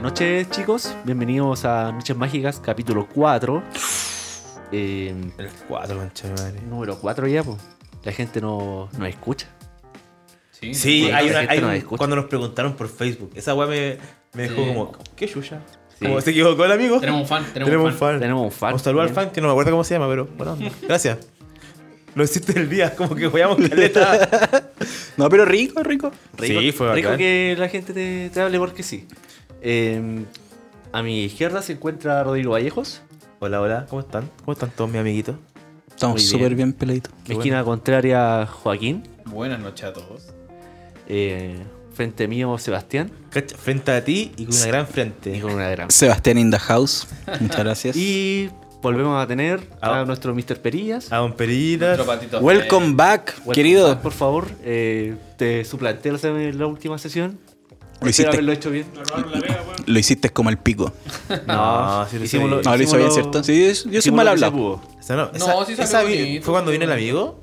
noches, chicos. Bienvenidos a Noches Mágicas, capítulo 4. Eh, El 4, concha de madre. número 4 ya, pues. La gente no nos escucha. Sí, Sí, Bueno, hay la una, gente hay nos un- escucha. cuando nos preguntaron por Facebook, esa weá me, me dejó Sí. como, ¿qué chucha? Sí. Como se equivocó el amigo. Tenemos un fan, tenemos, Tenemos un un fan. fan. Tenemos un fan. Un saludo al fan que no me acuerdo cómo se llama, pero bueno, gracias. Lo hiciste el día, como que jugamos caleta. No, pero rico, rico. Rico, Sí, fue rico bacán. que la gente te, te hable porque sí. Eh, a mi izquierda se encuentra Rodrigo Vallejos. Hola, hola, ¿cómo están? ¿Cómo están todos mis amiguitos? Estamos Muy súper bien. bien peladitos. mi esquina contraria, Joaquín. Buenas noches a todos. Eh, frente mío, Sebastián. Cacha, Frente a ti y con una gran frente. Y con una gran. Sebastián in the house. Muchas gracias. Y volvemos a tener Ah. a nuestro Mr. Perillas. A Don Perilla. Nuestro patito. Welcome back, querido. eh, Por favor, eh, te suplanté la, se- la última sesión. Espero Lo hiciste, haberlo hecho bien. lo hiciste como el pico. No, sí lo hice bien. No, lo hizo bien, ¿cierto? Sí, yo- yo soy hicimos mal lo que se hablado. pudo. Esa no, No, esa, sí salió esa vi- bonito, ¿Fue cuando vino el salió amigo?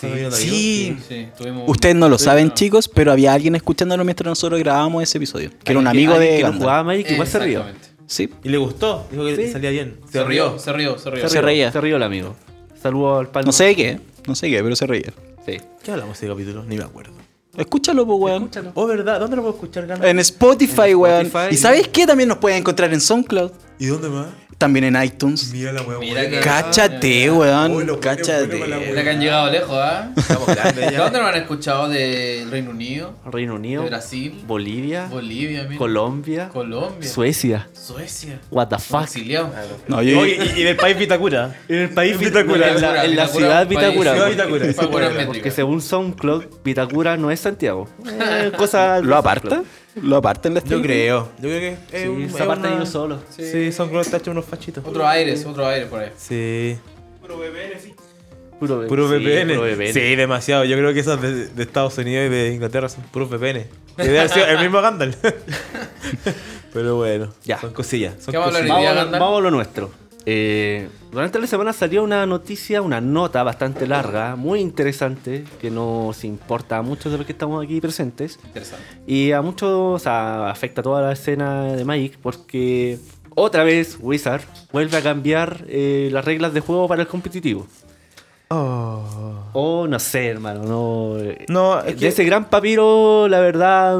¿Cuando vino el amigo? Sí. Sí, tuvimos- Ustedes no lo Sí, saben, no. chicos, pero había alguien escuchándolo mientras nosotros grabábamos ese episodio. Que era un Alguien amigo alguien de que no Gandalf. jugaba Magic igual se rió. Exactamente. Sí. Y le gustó, dijo que Sí. salía bien. Se rió, se rió, se rió. Se reía. Se rió el amigo. Saludos al palmo. No sé de qué, no sé de qué, pero se reía. Sí. ¿Qué hablamos de ese capítulo? Ni me acuerdo. Escúchalo, pues, weón. Escúchalo. Oh, ¿verdad? ¿Dónde lo puedo escuchar, Gana? En Spotify, En weón. Spotify. ¿Y sabes qué? También nos pueden encontrar en SoundCloud. ¿Y dónde más? También en iTunes. Mira la hueá. Mira que- Cáchate, Oh, weón. lo bueno, bueno para la Cáchate. Mira que han llegado lejos, ¿ah? Estamos grandes grandes ya. ¿Dónde nos han escuchado? Del Reino Unido, Reino Unido, de Brasil, Bolivia, Bolivia, mira. Colombia, Colombia, Suecia. Suecia. What the fuck. Exiliado. No, yo- Oye, y, y del país Vitacura. En el país Vitacura. En la, en la Vitacura, ciudad país- Vitacura. Ciudad Vitacura. Porque- Vitacura porque- Porque métrica. según SoundCloud, Vitacura no es Santiago. Eh, cosa ¿Lo aparta? ¿Lo aparta en la Yo stream? creo. Yo creo que es Sí, un- se es apartan una- ellos solos. Sí, son como tachos unos fachitos. Otro aires, otro aire por ahí. Sí. Puro, Puro sí, VPN. puro VPN. Sí, demasiado. Yo creo que esos de, de Estados Unidos y de Inglaterra son puros VPN. Que debe haber sido el mismo Gandalf. Pero bueno, Ya. son cosillas. Son ¿Qué vamos a hablar cosillas. Vamos, hoy? día, a lo- Gandalf. vamos a lo nuestro. Eh, durante la semana salió una noticia, una nota bastante larga, muy interesante, que nos importa a muchos de los que estamos aquí presentes. Interesante. Y a muchos, o sea, afecta a toda la escena de Magic porque otra vez Wizard vuelve a cambiar eh, las reglas de juego para el competitivo. Oh. O no sé, hermano, no. eh, No, es de que ese gran papiro, la verdad,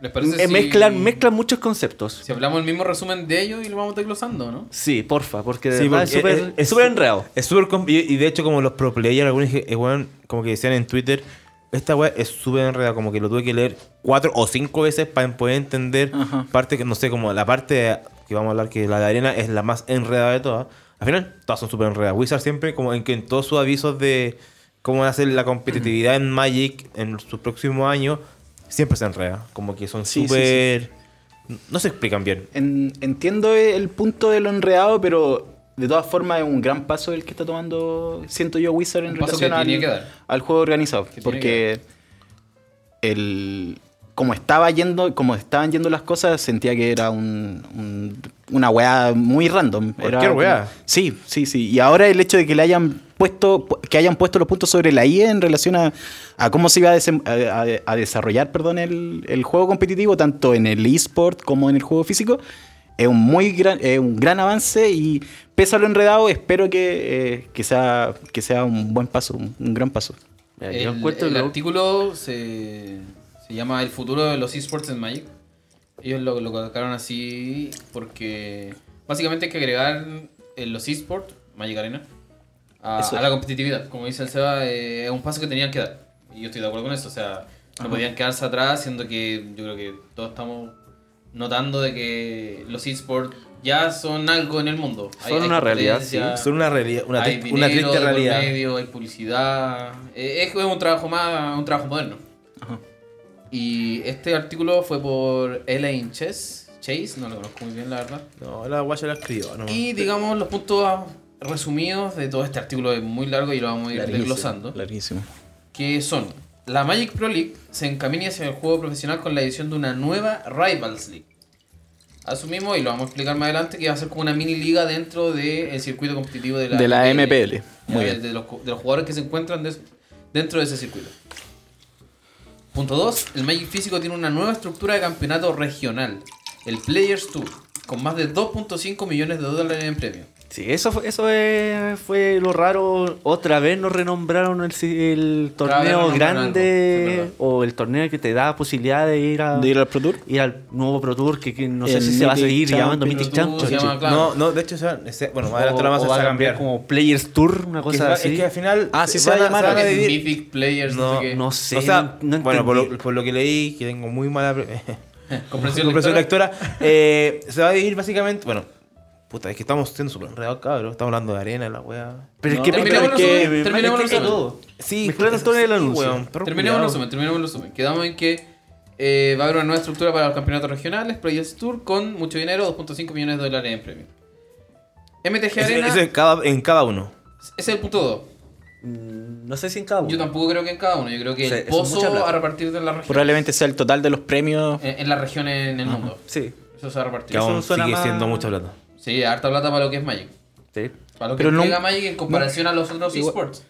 ¿Les parece eh, si- mezclan, mezclan muchos conceptos. Si hablamos el mismo resumen de ellos y lo vamos desglosando, ¿no? Sí, porfa, porque de Sí, verdad porque es es- súper es- es súper enredado. es súper compl- y, y de hecho, como los pro players, algunos dije- eh, weón, como que decían en Twitter, esta weá es súper enredada. Como que lo tuve que leer cuatro o cinco veces para poder entender Ajá. parte que, no sé, como la parte que vamos a hablar, que la de arena es la más enredada de todas. Al final, todas son súper enredadas. Wizard siempre, como en que en todos sus avisos de cómo va a ser la competitividad en Magic en sus próximos años, siempre se enreda. Como que son Sí, sí, sí. súper. No se explican bien. En- entiendo el punto de lo enredado, pero de todas formas es un gran paso el que está tomando, siento yo, Wizard en Un paso relación que tenía al, que dar. al juego organizado. tiene Porque el, como estaba yendo, como estaban yendo las cosas, sentía que era un- un- una weá muy random. Era Cualquier como- weá. Sí, sí, sí. Y ahora el hecho de que le hayan puesto, que hayan puesto los puntos sobre la IA en relación a, a cómo se iba a, desem- a- a- a desarrollar perdón, el, el juego competitivo, tanto en el eSport como en el juego físico, es un muy gran, es un gran avance y pese a lo enredado, espero que, eh, que, sea, que sea un buen paso, un, un gran paso. Mira, el yo encuentro el que lo- artículo se, se llama El futuro de los esports en Magic. Ellos lo, lo colocaron así porque básicamente hay que agregar eh, los esports, Magic Arena, a, Eso. a la competitividad. Como dice el Seba, eh, es un paso que tenían que dar. Y yo estoy de acuerdo con eso. O sea, no podían quedarse atrás, siendo que yo creo que todos estamos notando de que los esports ya son algo en el mundo. Son una realidad, Ah. competencia, Son una realidad, una, hay tri- una dinero triste de por realidad. medio, hay publicidad. Eh, Es, es un trabajo más, un trabajo moderno. Y este artículo fue por Elaine Chess, Chase, no lo conozco muy bien la verdad. No, la guaya la escribió, no. Y digamos los puntos resumidos de todo este artículo es muy largo y lo vamos a ir desglosando Larguísimo. que son la Magic Pro League se encamina hacia el juego profesional con la edición de una nueva Rivals League. Asumimos, y lo vamos a explicar más adelante, que va a ser como una mini liga dentro del circuito competitivo de la, De la MPL. Ya, Muy de- bien. De, los, co- de los jugadores que se encuentran des- dentro de ese circuito. Punto 2. El Magic físico tiene una nueva estructura de campeonato regional, el Players Tour, con más de 2.5 millones de dólares en premio. Sí, eso, fue- eso eh, fue lo raro. Otra vez nos renombraron el, si- el Otra vez torneo renombraron algo, es grande verdad. o el torneo que te da posibilidad de ir Ah. a ¿De ir al Pro Tour? ir al nuevo Pro Tour que, que no sé El si se va a Mythic seguir llamando Champions. Mythic Pro Tour se Champions. llama, claro. No, no, de hecho, se va- se- bueno, más O- adelante lo vamos o a va hacer cambiar. como Players Tour, una Que se cosa va- así. Es que al final. Ah, sí, se van va a llamar, se van ahora Es que dividir. Mythic Players, no, No, sé qué. no sé, O sea, no- no bueno, por lo, entendí. por lo que leí, que tengo muy mala pre- Comprensión comprensión lectora. lectora, eh, se va a dividir básicamente. Bueno, puta, es que estamos siendo súper enredados, cabrón. Estamos hablando de arena, la wea. Pero es No, que terminemos pero es que- el resumen, terminemos es que- el resumen. todo. Sí, Mezclaron todo en el anuncio. Terminemos el resumen, terminemos el resumen. Quedamos en que eh, va a haber una nueva estructura para los campeonatos regionales, Players Tour, con mucho dinero, 2.5 millones de dólares en premio. MTG Eso Arena es es, en cada, en cada uno. el punto 2. Mm, No sé si en cada uno. Yo tampoco creo que en cada uno, yo creo que Sí, el eso es mucha pozo plata. a repartir de la región. Probablemente sea el total de los premios. En, en las regiones en el mundo. Sí. Eso se va a repartir. Que aún suena sigue más- siendo mucha plata. Sí, harta plata para lo que es Magic. Sí. Para lo que Pero no- llega Magic en comparación a los otros Igual- esports.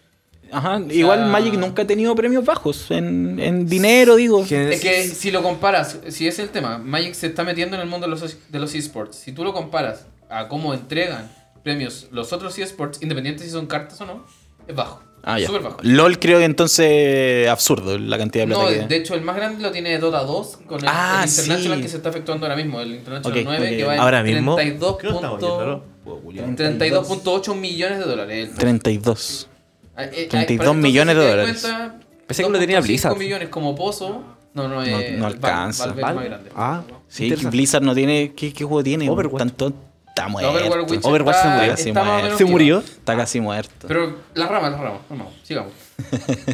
Ajá, igual Magic nunca ha tenido premios bajos en, en dinero, digo. Es que si lo comparas, si es el tema, Magic se está metiendo en el mundo de los, e-, de los esports. Si tú lo comparas a cómo entregan premios los otros esports, independientes si son cartas o no, es bajo. Ah, ya. Súper bajo. LOL creo que entonces absurdo la cantidad de plata No, que... de hecho el más grande lo tiene Dota 2 con el, Ah, el International sí. que se está efectuando ahora mismo, el International Ok, 9 que ok. va en Ahora mismo. 32 ¿Qué no estamos punto- yendo, no? Puedo culiar. 32.8 millones de dólares. 32. Ah, eh, ah, 32 para entonces, millones de si te das dólares. cuenta, Pensé que lo tenía 2.5 Blizzard. millones como Pozo. No, no, eh, no Val- alcanza. Valve es Vale. más grande. Ah, Sí, interesante. Blizzard no tiene... ¿Qué, qué juego tiene? Overwatch. Tanto... Está muerto. Overwatch, Witcher Overwatch se está- murió. está Se más o murió. menos ¿Se tirado. murió? Está casi muerto. Pero las ramas, las ramas, vamos, sigamos.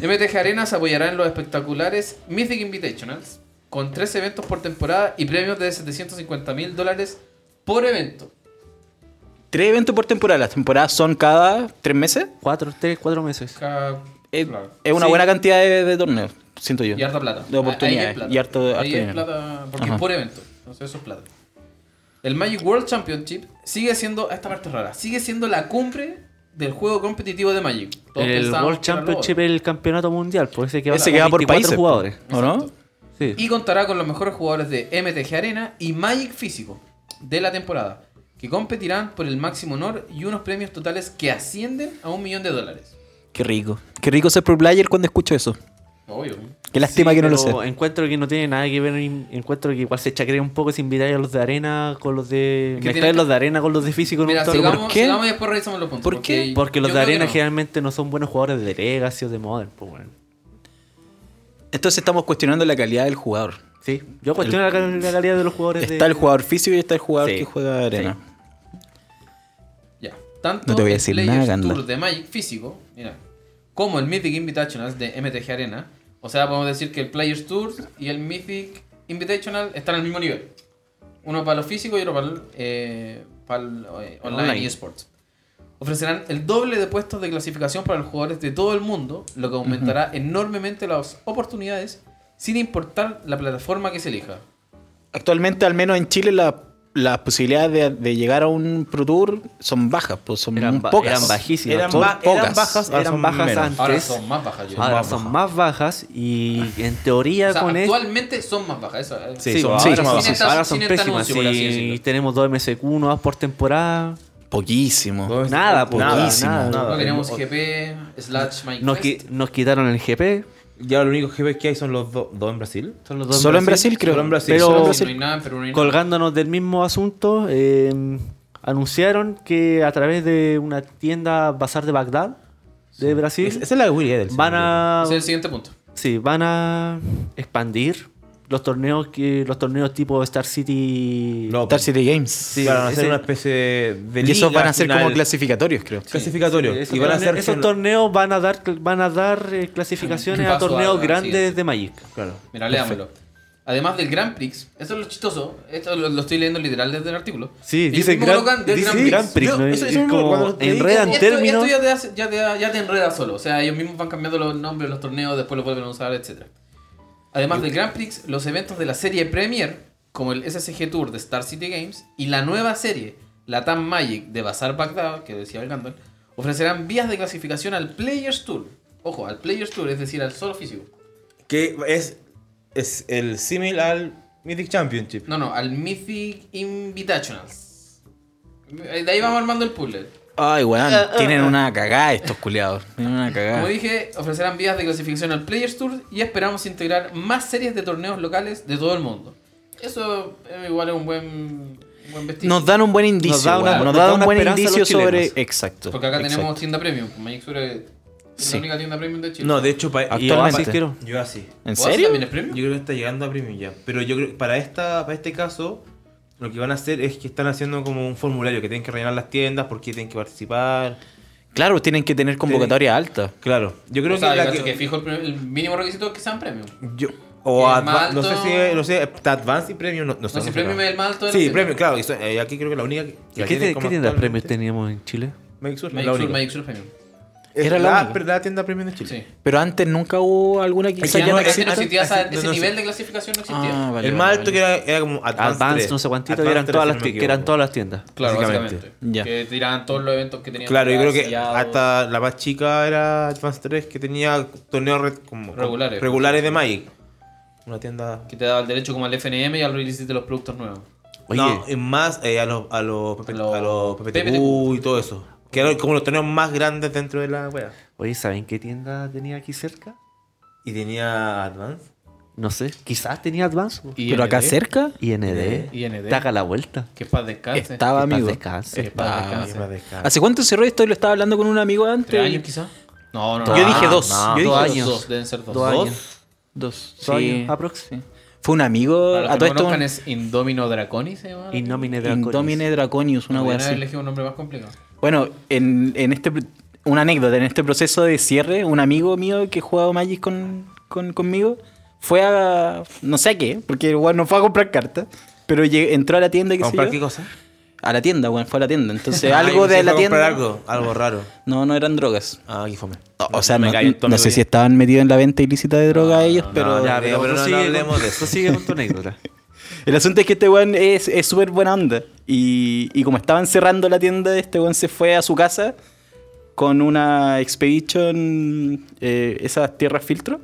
MTG Arenas apoyará en los espectaculares Mythic Invitationals con tres eventos por temporada y premios de 750 mil dólares por evento. Tres eventos por temporada. Las temporadas son cada tres meses. Cuatro, tres, cuatro meses. Ca- Es, claro. es una Sí. buena cantidad de, de torneos, siento yo. Y harta plata. De oportunidades, Ahí es plata. y harto- harto Ahí es dinero. plata porque Ajá. es por evento. Entonces eso es plata. El Magic World Championship sigue siendo, esta parte es rara, sigue siendo la cumbre del juego competitivo de Magic. Todos el World pensábamos que era lo Championship otro. es el campeonato mundial, pues ese que va Ese con que va por 24 países, jugadores. ¿O no? Exacto. Sí. Y contará con los mejores jugadores de MTG Arena y Magic Físico de la temporada, que competirán por el máximo honor y unos premios totales que ascienden a un millón de dólares. Qué rico. Qué rico ser pro player cuando escucho eso. Obvio. Qué lástima Sí, que no lo sé. pero Encuentro que no tiene nada que ver. en- Encuentro que igual se chacrea un poco si invitar a los de arena con los de. Que Mezclar tiene- los de arena con los de físico. en un Mira, torneo. sigamos, qué? sigamos y después revisamos los puntos. ¿Por qué? Porque los yo de creo que arena no. generalmente no son buenos jugadores de Legacy o de Modern, pues bueno. Entonces estamos cuestionando la calidad del jugador. Sí, yo cuestiono la cal- la calidad de los jugadores Está de... el jugador físico y está el jugador Sí. que juega arena. Ya. Tanto No te voy a el decir Players nada, Gandalf. Tour de Magic Físico, mira, como el Mythic Invitational de MTG Arena. O sea, podemos decir que el Players Tour y el Mythic Invitational están al mismo nivel. Uno para lo físico y otro para el, eh, para el, eh, online, Online. y esports. Ofrecerán el doble de puestos de clasificación para los jugadores de todo el mundo, lo que aumentará enormemente las oportunidades sin importar la plataforma que se elija. Actualmente, al menos en Chile, la- las posibilidades de, de llegar a un Pro Tour son bajas, pues son Eran, muy ba- pocas. eran bajísimas. Eran Son- ba- eran pocas. bajas, ahora Eran son bajas menos. antes. Ahora son más bajas. Ah, Yo. Ahora más son bajas. más bajas y en teoría O sea, con esto... actualmente son más bajas. Eso, Sí, Sí, son ahora, ahora son, más ahora bajas. son Ahora sin este pésimas. anuncio, por así Si decirlo. tenemos dos MSQ, uno dos por temporada. Poquísimo. Nada, pues, poquísimo. nada, nada. No tenemos GP, slash Minecraft. Nos, qui- nos quitaron el GP. Ya lo único que que hay son los dos. ¿Dos en Brasil? Son los dos Solo en Brasil, creo. Solo en Brasil. Pero- Solo en No hay Brasil. nada, pero no hay nada. Colgándonos del mismo asunto, eh, anunciaron que a través de una tienda Bazar de Bagdad, de Brasil, Es- Esa es la de Willy Edelson. van a... Ese es el siguiente punto. Sí, van a expandir los torneos que los torneos tipo Star City. No, Star City Games. Sí, Claro, van a hacer ese- una especie de. y esos liga van a ser final como clasificatorios, creo. Clasificatorio. Eh, Esos, y van a hacer. torneos, esos torneos van a dar van a dar eh, clasificaciones a Paso torneos a- grandes siguiente. de Magic. Claro. Mira, leámoslo. Además del Grand Prix, esto es lo chistoso, esto lo, lo estoy leyendo literal desde el artículo. Sí, Ellos dice mismos Gran, colocan del dice Grand Prix. Grand Prix, Yo- ¿no? eso- Y eso mismo, como cuando te enredan Esto- términos. Esto ya te, hace- ya, te, ya te enreda solo. O sea, ellos mismos van cambiando los nombres de los torneos, después los vuelven a usar, etc. Además del Grand Prix, los eventos de la serie Premier, como el SSG Tour de Star City Games, y la nueva serie, la TAM Magic de Bazar Bagdad, que decía el Gandalf, ofrecerán vías de clasificación al Players Tour. Ojo, al Players Tour, es decir, al solo físico. Que es es el símil al Mythic Championship. No, no, al Mythic Invitationals. De ahí vamos armando el puzzle. Ay, Eh, weón, tienen una cagada estos culiados. Tienen una Como Ah. cagada. dije, ofrecerán vías de clasificación al Players Tour y esperamos integrar más series de torneos locales de todo el mundo. Eso eh, igual es un buen, buen vestigio. Nos dan un buen indicio. Nos da una- weón, nos nos da da un una buen esperanza a indicio los sobre. chilenos. Exacto. Porque acá exacto. tenemos tienda premium. Magic Sur es Sí. la única tienda premium de Chile. No, de hecho, para Actualmente. quiero. Yo así. ¿En ¿Oasis serio? también es premium? Yo creo que está llegando a Premium ya. Pero yo creo que para, esta, para este caso, lo que van a hacer es que están haciendo como un formulario que tienen que rellenar las tiendas, porque tienen que participar. Claro, tienen que tener convocatoria alta. Claro, yo creo o sea, que, yo la cacho que- que fijo el, prim- el mínimo requisito es que sean premium. yo- o el más adva- no sé alto- si no sé, está Advanced y Premium, no, no sé. No, si cómo se premium llama. es el más alto de la Sí, tienda. Premium, claro. y son- eh, aquí creo que la única que, que ¿Y la ¿Qué, tienen te- como este. qué tiendas premios actualmente- teníamos en Chile? Magic Sur, Magic la Sur, única. Magic Sur es premium. Es Era la la, única. la tienda Premium de Chile. Sí. Pero antes nunca hubo alguna que Es que quizá ya no no- Antes existe? no exista. existía esa- Ah, no, ese no nivel sé. de clasificación, no Ah, existía. vale, el vale, más vale. alto que era, era como Advanced. Advance, 3. no sé cuántito, Advanced que eran 3, todas si las no me ti- que eran equivoco. todas las tiendas. Claro, básicamente. básicamente. Ya. Que tiraban todos los eventos que tenían. Claro, yo creo que sellado. hasta la más chica era Advance 3, que tenía torneos re- como- Regulares. regulares de Magic. Una tienda. Que te daba el derecho como al FNM y al release de los productos nuevos. Oye, No, y más eh, a los a los PP- A los a los PPTQ y todo eso. Que eran como los torneos más grandes dentro de la wea. oye, ¿saben qué tienda tenía aquí cerca? Y tenía Advance. No sé, quizás tenía Advance. po. IND, Pero acá cerca IND. IND. Taca la vuelta. Que paz descanse. estaba, Que paz amigo. descanse. Que paz descanse. Y más de cada- ¿Hace cuánto cerró esto? Lo estaba hablando con un amigo antes. ¿Tres años quizás? No, no, no. Yo dije dos. no, yo dije dos dos años. años. Dos, deben ser dos. Dos años. Dos. Dos sí. años, aprox. Sí. Fue un amigo. Para los a que todo no esto. conozcan es Indomino Draconi, se llama. Innomine Draconis. Indomine Draconius, una wea Podrían haber así. elegido un nombre más complicado. Bueno, en, en este. pr- Una anécdota. En este proceso de cierre, un amigo mío que jugaba Magic con, con- conmigo fue a. No sé a qué, porque el weón no fue a comprar cartas. Pero lle- entró a la tienda, qué sé ¿Comprar qué yo. cosa? A la tienda, weón, fue a la tienda. Entonces, Ah, yo ¿eh? algo pensé de que iba la a comprar tienda. Algo, algo raro. No, no eran drogas. Ah, aquí fome. O, o sea, Me no, cayó en tu no amigo sé si ya. estaban metidos en la venta ilícita de droga ellos, pero. no, Ya, pero, pero no prosigue con- hablemos de eso. prosigue con tu anécdota. El asunto es que este weón es es súper buena onda. Y, y como estaban cerrando la tienda, este weón se fue a su casa con una Expedition, eh, esas tierras filtro.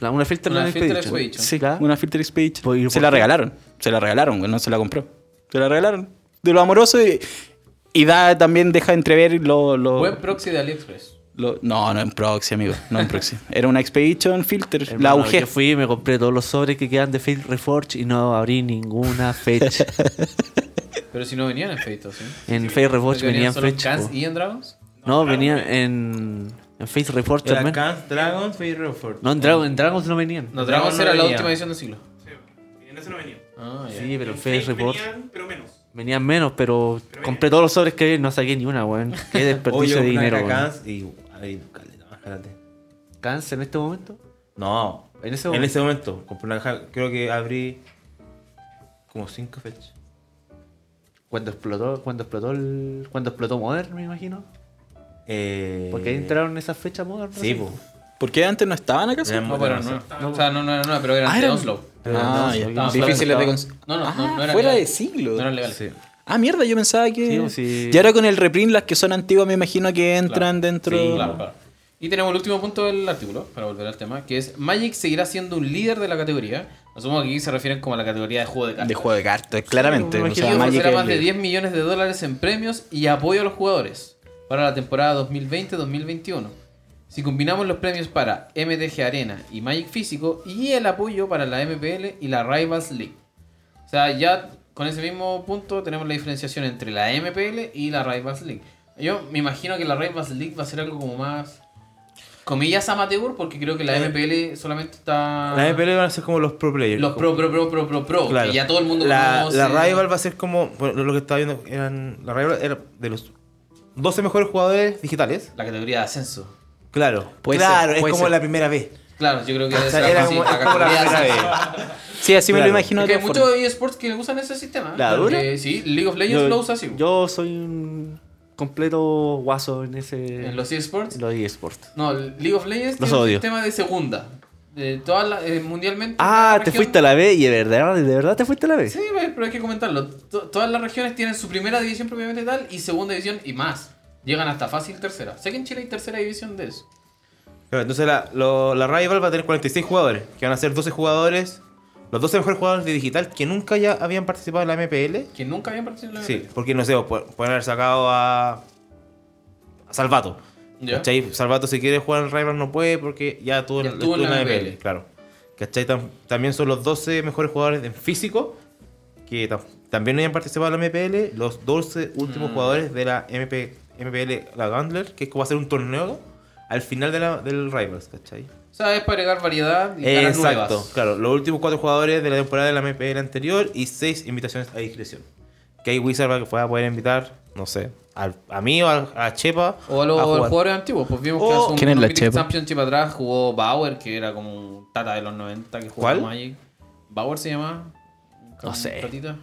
La- una filter Una Line filter Expedition. expedition. Sí, claro. Una filter Expedition. Por- por se la qué? regalaron. Se la regalaron, weón, no se la compró. Se la regalaron. De lo amoroso y, y da también deja entrever lo... lo- Buen proxy de AliExpress. lo- no, no en proxy, amigo. No en proxy. Era una Expedition Filter, la Hermano, UG. Yo fui y me compré todos los sobres que quedan de Fate Reforge y no abrí ninguna fecha. Pero si no venían en Feitos, ¿sí? en Fate Reforge Porque venían venían solo en fecha. Cans po. y en Dragons. No, venían en, en Fate Reforge Era también. Cans, Dragons, Fate Reforged. No, en, Dragon- en Dragons no venían. No, En Dragons Dragons no era la venía. última edición del siglo. Y en ese no venía. Ah, ya. Sí, pero en En Fate Fate Reforge venían, pero menos. venían menos, pero compré todos los sobres que había y no saqué ni una, weón. Qué Oye, desperdicio de una dinero, era weón. Cans y. Ay, caleta, más calate. ¿Cans en este momento? No, En ese en momento. ese momento, compré una caja, creo que abrí como cinco fechas. Cuando explotó, cuando explotó el, cuando explotó Modern, me imagino. Eh, Porque ahí entraron esas fechas Modern. Sí, po. ¿Por qué antes no estaban acaso? Eran- No, pero eran- no. O sea, no, no era nueva, pero eran Ah, de eran- Onslow. Ah, ya. estaban Difíciles de planeados. cons- No, no, no, Ah, no eran fuera de legales. siglo. No eran legales. Sí. Ah, mierda, yo pensaba que. E. Sí, sí. Y ahora con el reprint, las que son antiguas, me imagino que Claro. entran dentro. Sí, claro, claro. Y tenemos el último punto del artículo, para volver al tema, que es Magic seguirá siendo un líder de la categoría. Asumo que aquí se refieren como a la categoría de juego de cartas. De juego de cartas, claramente. me o imagino sea, que Querido, Magic ofrecerá es más de líder. 10 millones de dólares en premios y apoyo a los jugadores para la temporada 2020-2021. Si combinamos los premios para MTG Arena y Magic Físico y el apoyo para la MPL y la Rivals League. O sea, ya con ese mismo punto tenemos la diferenciación entre la MPL y la Rivals League. Yo me imagino que la Rivals League va a ser algo como más comillas amateur porque creo que la MPL solamente está Las MPL van a ser como los pro players. los pro pro pro pro pro pro Claro. que ya todo el mundo la, conoce. la Rival va a ser como. Bueno, lo que estaba viendo eran. La Rival era de los 12 mejores jugadores digitales. la categoría de ascenso. Claro. Puede claro, ser, es puede como ser. la primera vez. Claro, yo creo Ah, que O sea, será era así, como, la es como la categoría primera así. vez. Sí, así me Claro. lo imagino. Porque de hay otra forma. muchos esports que usan ese sistema. ¿eh? ¿La Porque dura? Sí, League of Legends lo usa así. Yo soy un completo guaso en ese. En los esports. en los eSports. No, League of Legends Los tiene un odio. sistema de segunda. De toda la- eh, mundialmente. Ah, cada te región- fuiste a la B y de verdad, de verdad te fuiste a la B. Sí, pero hay que comentarlo. To- todas las regiones tienen su primera división propiamente tal y segunda división y más. Llegan hasta fácil tercera. Sé que en Chile hay tercera división de eso. Claro, entonces la, lo- la Rival va a tener 46 jugadores, que van a ser 12 jugadores, los 12 mejores jugadores de digital que nunca ya habían participado en la MPL. Que nunca habían participado en la Sí, MPL. porque no sé, o pu- pueden haber sacado a, a Salvato. Ya. ¿Cachai? Salvato si quiere jugar en Rival no puede porque ya tuvo, Ya estuvo en la MPL, MPL. Claro. ¿Cachai? Tam- también son los 12 mejores jugadores en físico que tam- también no hayan participado en la MPL. Los 12 últimos Mm. jugadores de la MP, MPL, la Gandler, que es como hacer un torneo al final de la- del Rivals, ¿cachai? O sea, es para agregar variedad y caras Exacto, nuevas. claro. Los últimos cuatro jugadores de la temporada de la MPL anterior y seis invitaciones a discreción. Que hay Wizard va- va a poder invitar, no sé, al- a mí o a, a Chepa. O a los a jugar. Oh. jugadores antiguos, pues vimos que O- hace un ¿Quién es la Big chepa? Championship atrás jugó Bauer, que era como un tata de los 90 que jugaba ¿Cuál? Magic. ¿Bauer se llama? No sé. Tatita.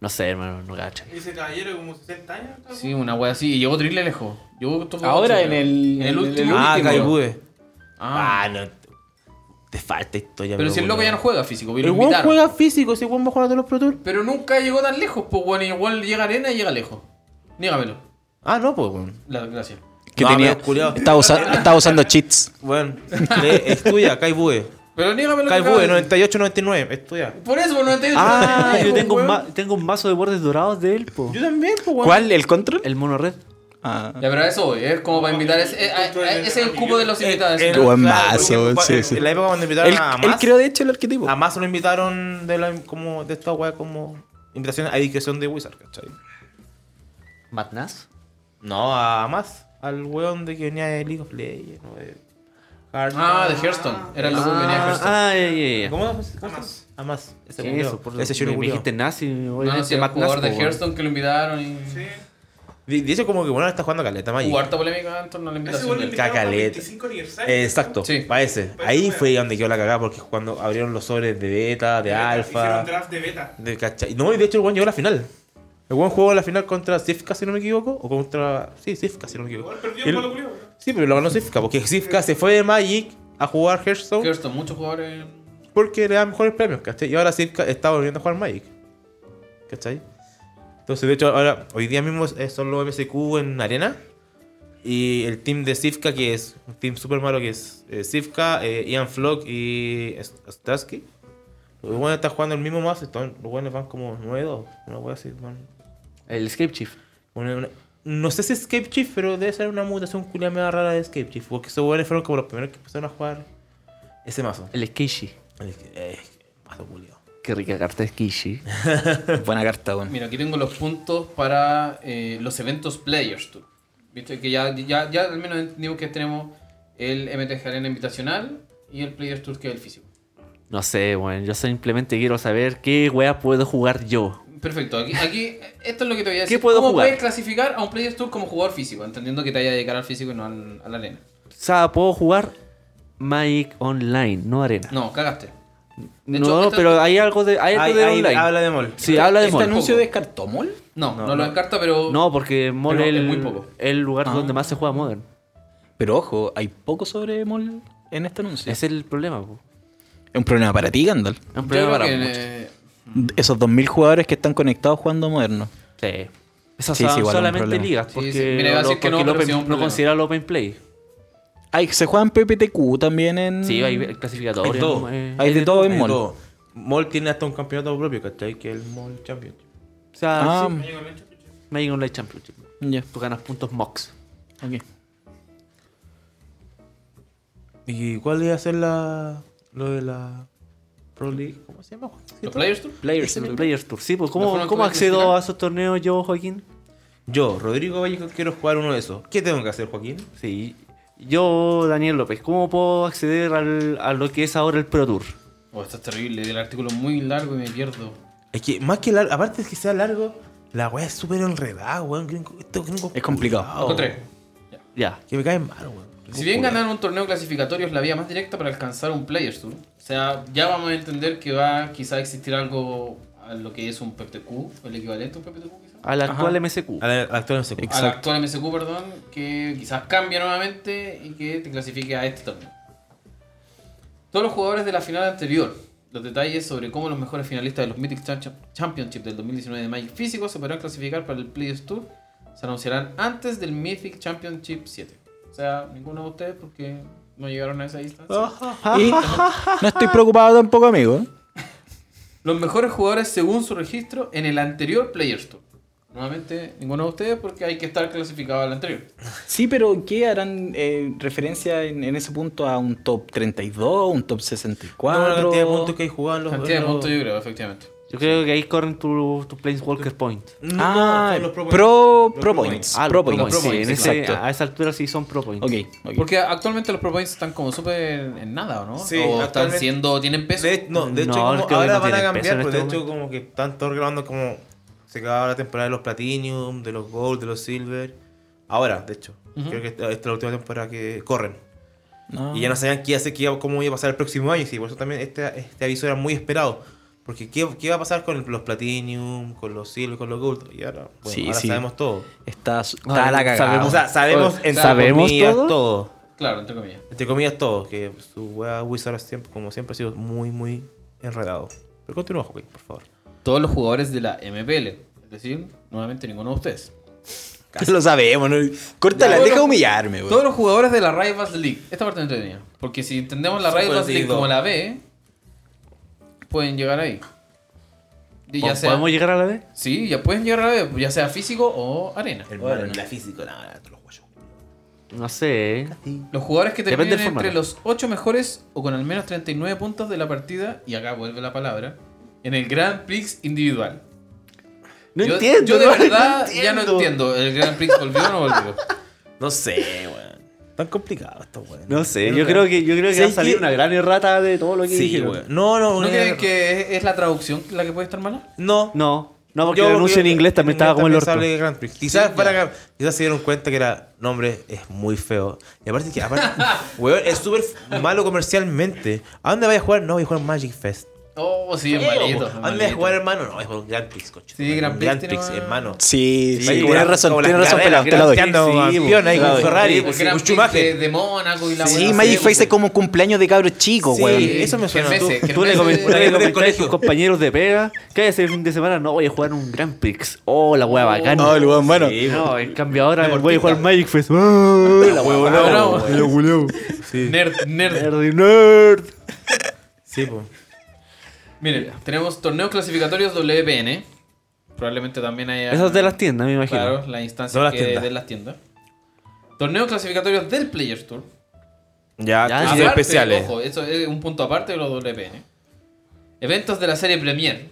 No sé, hermano, no gacho. Ese caballero como 60 años. ¿no? Sí, una wea así. Y llegó triple lejos. Llegó todo Ahora ocho, en creo. el- En el en último. el Ah, último. Caibue. Ah. Ah, no. Te falta historia. Pero bro, si el loco ya no boludo. juega físico, y El lo weón invitaron. juega físico, ese weón va a jugar a todos los Pro Tour. Pero nunca llegó tan lejos, pues bueno, igual llega a arena y llega lejos. Niégamelo. Ah, no, pues, weón. La gracia. Que No, tenía, pero, culiao. estaba, usa- estaba usando cheats. Bueno, es tuya, Caibue. Pero niégamelo. que acaba Caibue, de- 98-99, es tuya. Por eso, por 98. Ah, yo tengo un, weón. ma- tengo un mazo de bordes dorados de él, po. Yo también, pues, weón. ¿Cuál? ¿El control? El mono red. Ah. Ya, pero a eso voy, es como para invitar. Ese eh, eh, eh, ese es el cupo de los invitados. Eh, Qué buen claro, mazo, porque sí, en- sí. En la época cuando invitaron Él, a él Mas, creó de hecho el arquetipo. a Mas lo invitaron de, la, como, de esta weá como invitación a discreción de Wizard, ¿cachai? ¿Matnas? No, a Mas, al weón de que venía de League of Legends. o de Hearthstone. Ah, de Hearthstone. Era el loco que venía de Hearthstone. Ah, ya, ya, ya. ¿Cómo A Mas. A Mas. Ese ¿Qué culiao. eso? Por Ese ese chino me, me culiao. dijiste nazi. No, no, obviamente, sí, el Matt jugador Nas, de po, weón. Hearthstone que lo invitaron y. Sí. Di- Dice como que bueno, está jugando caleta Magic. Hubo harta polémica en torno a la Ese invitación. bueno de él. invitaron para el Cacaleta. 25 aniversario. Eh, Exacto, Sí. para ese. Pues, Ahí fue donde quedó la cagada porque cuando abrieron los sobres de beta, de Beta, alfa. Hicieron draft de beta. De cachai- No, y de hecho el weón llegó a la final. El weón jugó la final contra Sifka, si no me equivoco. O contra. Sí, Sifka, si no me equivoco. Igual perdió Y el el- malo culiao. Sí, pero lo ganó Sifka, porque Sifka se fue de Magic a jugar Hearthstone Hearthstone, muchos jugadores. porque le dan mejores premios, ¿cachai? Y ahora Sifka está volviendo a jugar Magic. ¿Cachai? Entonces, de hecho, ahora, hoy día mismo es- son los MSQ en Arena. Y el team de Sifka, que es un team súper malo, que es eh, Sifka, eh, Ian Flock y Stasky. Los buenos están jugando el mismo más, los buenos van como 9-2, una wea así, van El Escape Chief. una- una- no sé si es Escape Chief, pero debe ser una mutación culia media rara de Escape Chief. Porque esos weones fueron como los primeros que empezaron a jugar ese mazo. El Skeishi. El- eh, mazo culiao. Qué rica carta es Kishi. Buena carta, weón. Mira, aquí tengo los puntos para eh, los eventos Players Tour. Viste que ya, ya, ya al menos entendimos que tenemos el MTG Arena Invitacional y el Players Tour que es el físico. No sé, weón. Yo simplemente quiero saber qué wea puedo jugar yo. Perfecto, aquí, aquí esto es lo que te voy a decir. puedo ¿Cómo jugar? puedes clasificar a un Players Tour como jugador físico? Entendiendo que te vaya a dedicar al físico y no al, a la arena. O sea, puedo jugar Magic Online, no Arena. No, cagaste. De no, hecho, esta- pero hay algo de, hay algo Ahí- de ahí online. habla de Mol. Sí, habla de ¿Este Mol. anuncio poco. descartó Mol? No, no, no. lo descarta, pero. No, porque Mol Pero es es el, muy poco. el lugar Ah. donde más se juega Modern. Pero ojo, hay poco sobre Mol en este anuncio. Es Ese es el problema, po. un problema para ti, Gandalf. Es un yo problema creo para que, muchos. eh, Esos 2.000 jugadores que están conectados jugando moderno. Sí. Esas Sí, son sí, igual es un solamente problema. ligas, Sí, porque, sí. Mira, iba a lo- decir porque que no, el pero open- sí es un no problema. considera el Open Play. Ay, se juegan PPTQ también en. Sí, hay clasificatorios. Hay de todo. ¿no? Eh, Hay de todo en Ahí Mol. todo. Mol tiene hasta un campeonato propio, ¿cachai? Que es el Mol Champion. O sea, Ah, sí, Llegó el Nacho. Magic Online Championship. ya. Tú ganas puntos MOX. ok. ¿Y cuál iba a ser la. lo de la. Pro League? ¿Cómo se llama? ¿Los Players Tour? Players Tour. Players Tour. Sí, pues ¿No ¿cómo, fueron ¿cómo todos accedo clasificados? a esos torneos yo, Joaquín? Yo, Rodrigo Vallejo, quiero jugar uno de esos. ¿Qué tengo que hacer, Joaquín? Sí. Yo, Daniel López, ¿cómo puedo acceder al- a lo que es ahora el Pro Tour? Oh, esto es terrible, el artículo es muy largo y me pierdo. Es que más que largo, aparte de que sea largo, la weá es súper enredada, weón. Gringo- estos gringos Es complicado. culiaos. Lo Encontré. Ya. Que me caen mal, weón. Si bien ganar un torneo clasificatorio es la vía más directa para alcanzar un Players Tour, o sea, ya vamos a entender que va quizá a existir algo a lo que es un PPTQ, el equivalente a un PPTQ quizá. Al actual MSQ. A la, a la actual no sé. Ex- A la Exacto. actual MSQ, perdón, que quizás cambie nuevamente y que te clasifique a este torneo. Todos los jugadores de la final anterior. Los detalles sobre cómo los mejores finalistas de los Mythic Cha- Championship del 2019 de Magic Físico se podrán clasificar para el Players Tour se anunciarán antes del Mythic Championship 7. O sea, ninguno de ustedes porque no llegaron a esa Ah. distancia. Y no estoy preocupado tampoco, amigo. Los mejores jugadores según su registro en el anterior Players Tour. Nuevamente, ninguno de ustedes porque hay que estar clasificado al anterior. Sí, pero ¿qué harán eh, referencia en, en ese punto a un top 32, un top No, la 64? cantidad de puntos que hay jugado en los. Cantidad en de los- puntos yo creo, efectivamente. Yo creo que ahí corren tu, tu Planeswalker Point. No, no, Ah, son los Pro pro, Points. pro Los points. Ah, pro los points. Pro Points, sí, en ese- ah, exacto. a esa altura sí son Pro Points. Ok, ok. Porque actualmente los Pro Points están como súper en nada, ¿o no? Sí, o están actualmente- siendo, tienen peso. De, no, de hecho, No, como creo que ahora no van a tienen peso cambiar, en pero de este hecho, como que están todos grabando como se acaba la temporada de los Platinum, de los Gold, de los Silver. Ahora, de hecho, creo que esta, esta es la última temporada que corren. No. Y ya no sabían qué hacer, qué iba- cómo iba a pasar el próximo año. Sí, por eso también este, este aviso era muy esperado. Porque, ¿qué, qué va a pasar con los Platinum, con los Silver, con los Gold? Y ahora, bueno, Sí, ahora sí. sabemos todo. Está, está la cagada. sabemos- O sea, sabemos, Oye, en Ah, ¿sabemos todo? todo. Claro, entre comillas. Entre comillas todo, que su wea Wizard siempre, como siempre ha sido muy, muy enredado. Pero continúa, Joaquín, por favor. Todos los jugadores de la MPL. Es decir, nuevamente ninguno de ustedes. Lo sabemos. ¿no? Córtala, Ya, deja bueno, humillarme, Todos weón. los jugadores de la Rivals League. Esta parte entretenida. Porque si entendemos la Súper Rivals League digno. como la B, pueden llegar ahí. Y ya ¿Podemos sea, llegar a la B? sí, ya pueden llegar a la B, ya sea físico o arena. la física, nada, te lo juego No sé. ¿eh? Los jugadores que Depende terminen del entre formato. los 8 mejores o con al menos 39 puntos de la partida, y acá vuelve la palabra, en el Grand Prix individual. No yo, entiendo. Yo de no verdad ya no entiendo. ¿El Grand Prix volvió o no volvió? No sé, weón. Tan complicado esto, weón. No sé, yo creo que, yo creo que Sí, va a salir que- una gran errata de todo lo que Sí, dijeron. weón. No, no, ¿No no. creen que es, es la traducción la que puede estar mala? No. No, no, porque Yo el creo anuncio en que inglés también estaba como el orto. sale Grand Prix. Quizás, Sí, para ya. acá- quizás se dieron cuenta que era nombre es muy feo. Y aparte que aparte, weón, es súper malo comercialmente. ¿A dónde vayas a jugar? No, voy a jugar Magic Fest. Oh, sí, es Feo, malito. weón. es ¿A dónde vayas a malito. jugar, hermano? No, voy a jugar Grand Prix, coche. Sí, Grand Prix Grand tiene Prix, más- hermano. Sí, sí, Ahí como tienes la- razón, como las tienes razón, carreras, pelado, te la doy. grandeando Sí, campeón ahí te la con doy. Ferrari, Sí, pues, porque Grand un Prix de, Schumacher. de Mónaco y la Sí, buena Magic serie, Face es como un cumpleaños de cabros chicos, Sí, weón. eso me suena. Germese, Tú- Tú le Germese- comentas Germese- le comentas a colegio. tus compañeros de pega que ese fin de semana no voy a jugar un Grand Prix. Oh, la wea bacana. No, el weón, bueno. Sí, No, en cambio ahora voy a Deportista. jugar Magic Fest. Ah, la wea Ah, no, bacana. weón. La wea. Nerd, nerd. Nerdy nerd. Sí, pues. Miren, tenemos torneos clasificatorios WPN. Probablemente también haya. Eso es de las tiendas, me imagino. Claro, la instancia No las que tiendas. de las tiendas. Torneos clasificatorios del Players Tour. Ya, Ya, cosas Ah, sí. Aparte, especiales. Ojo, eso es un punto aparte de los WPN. ¿eh? Eventos de la serie Premier.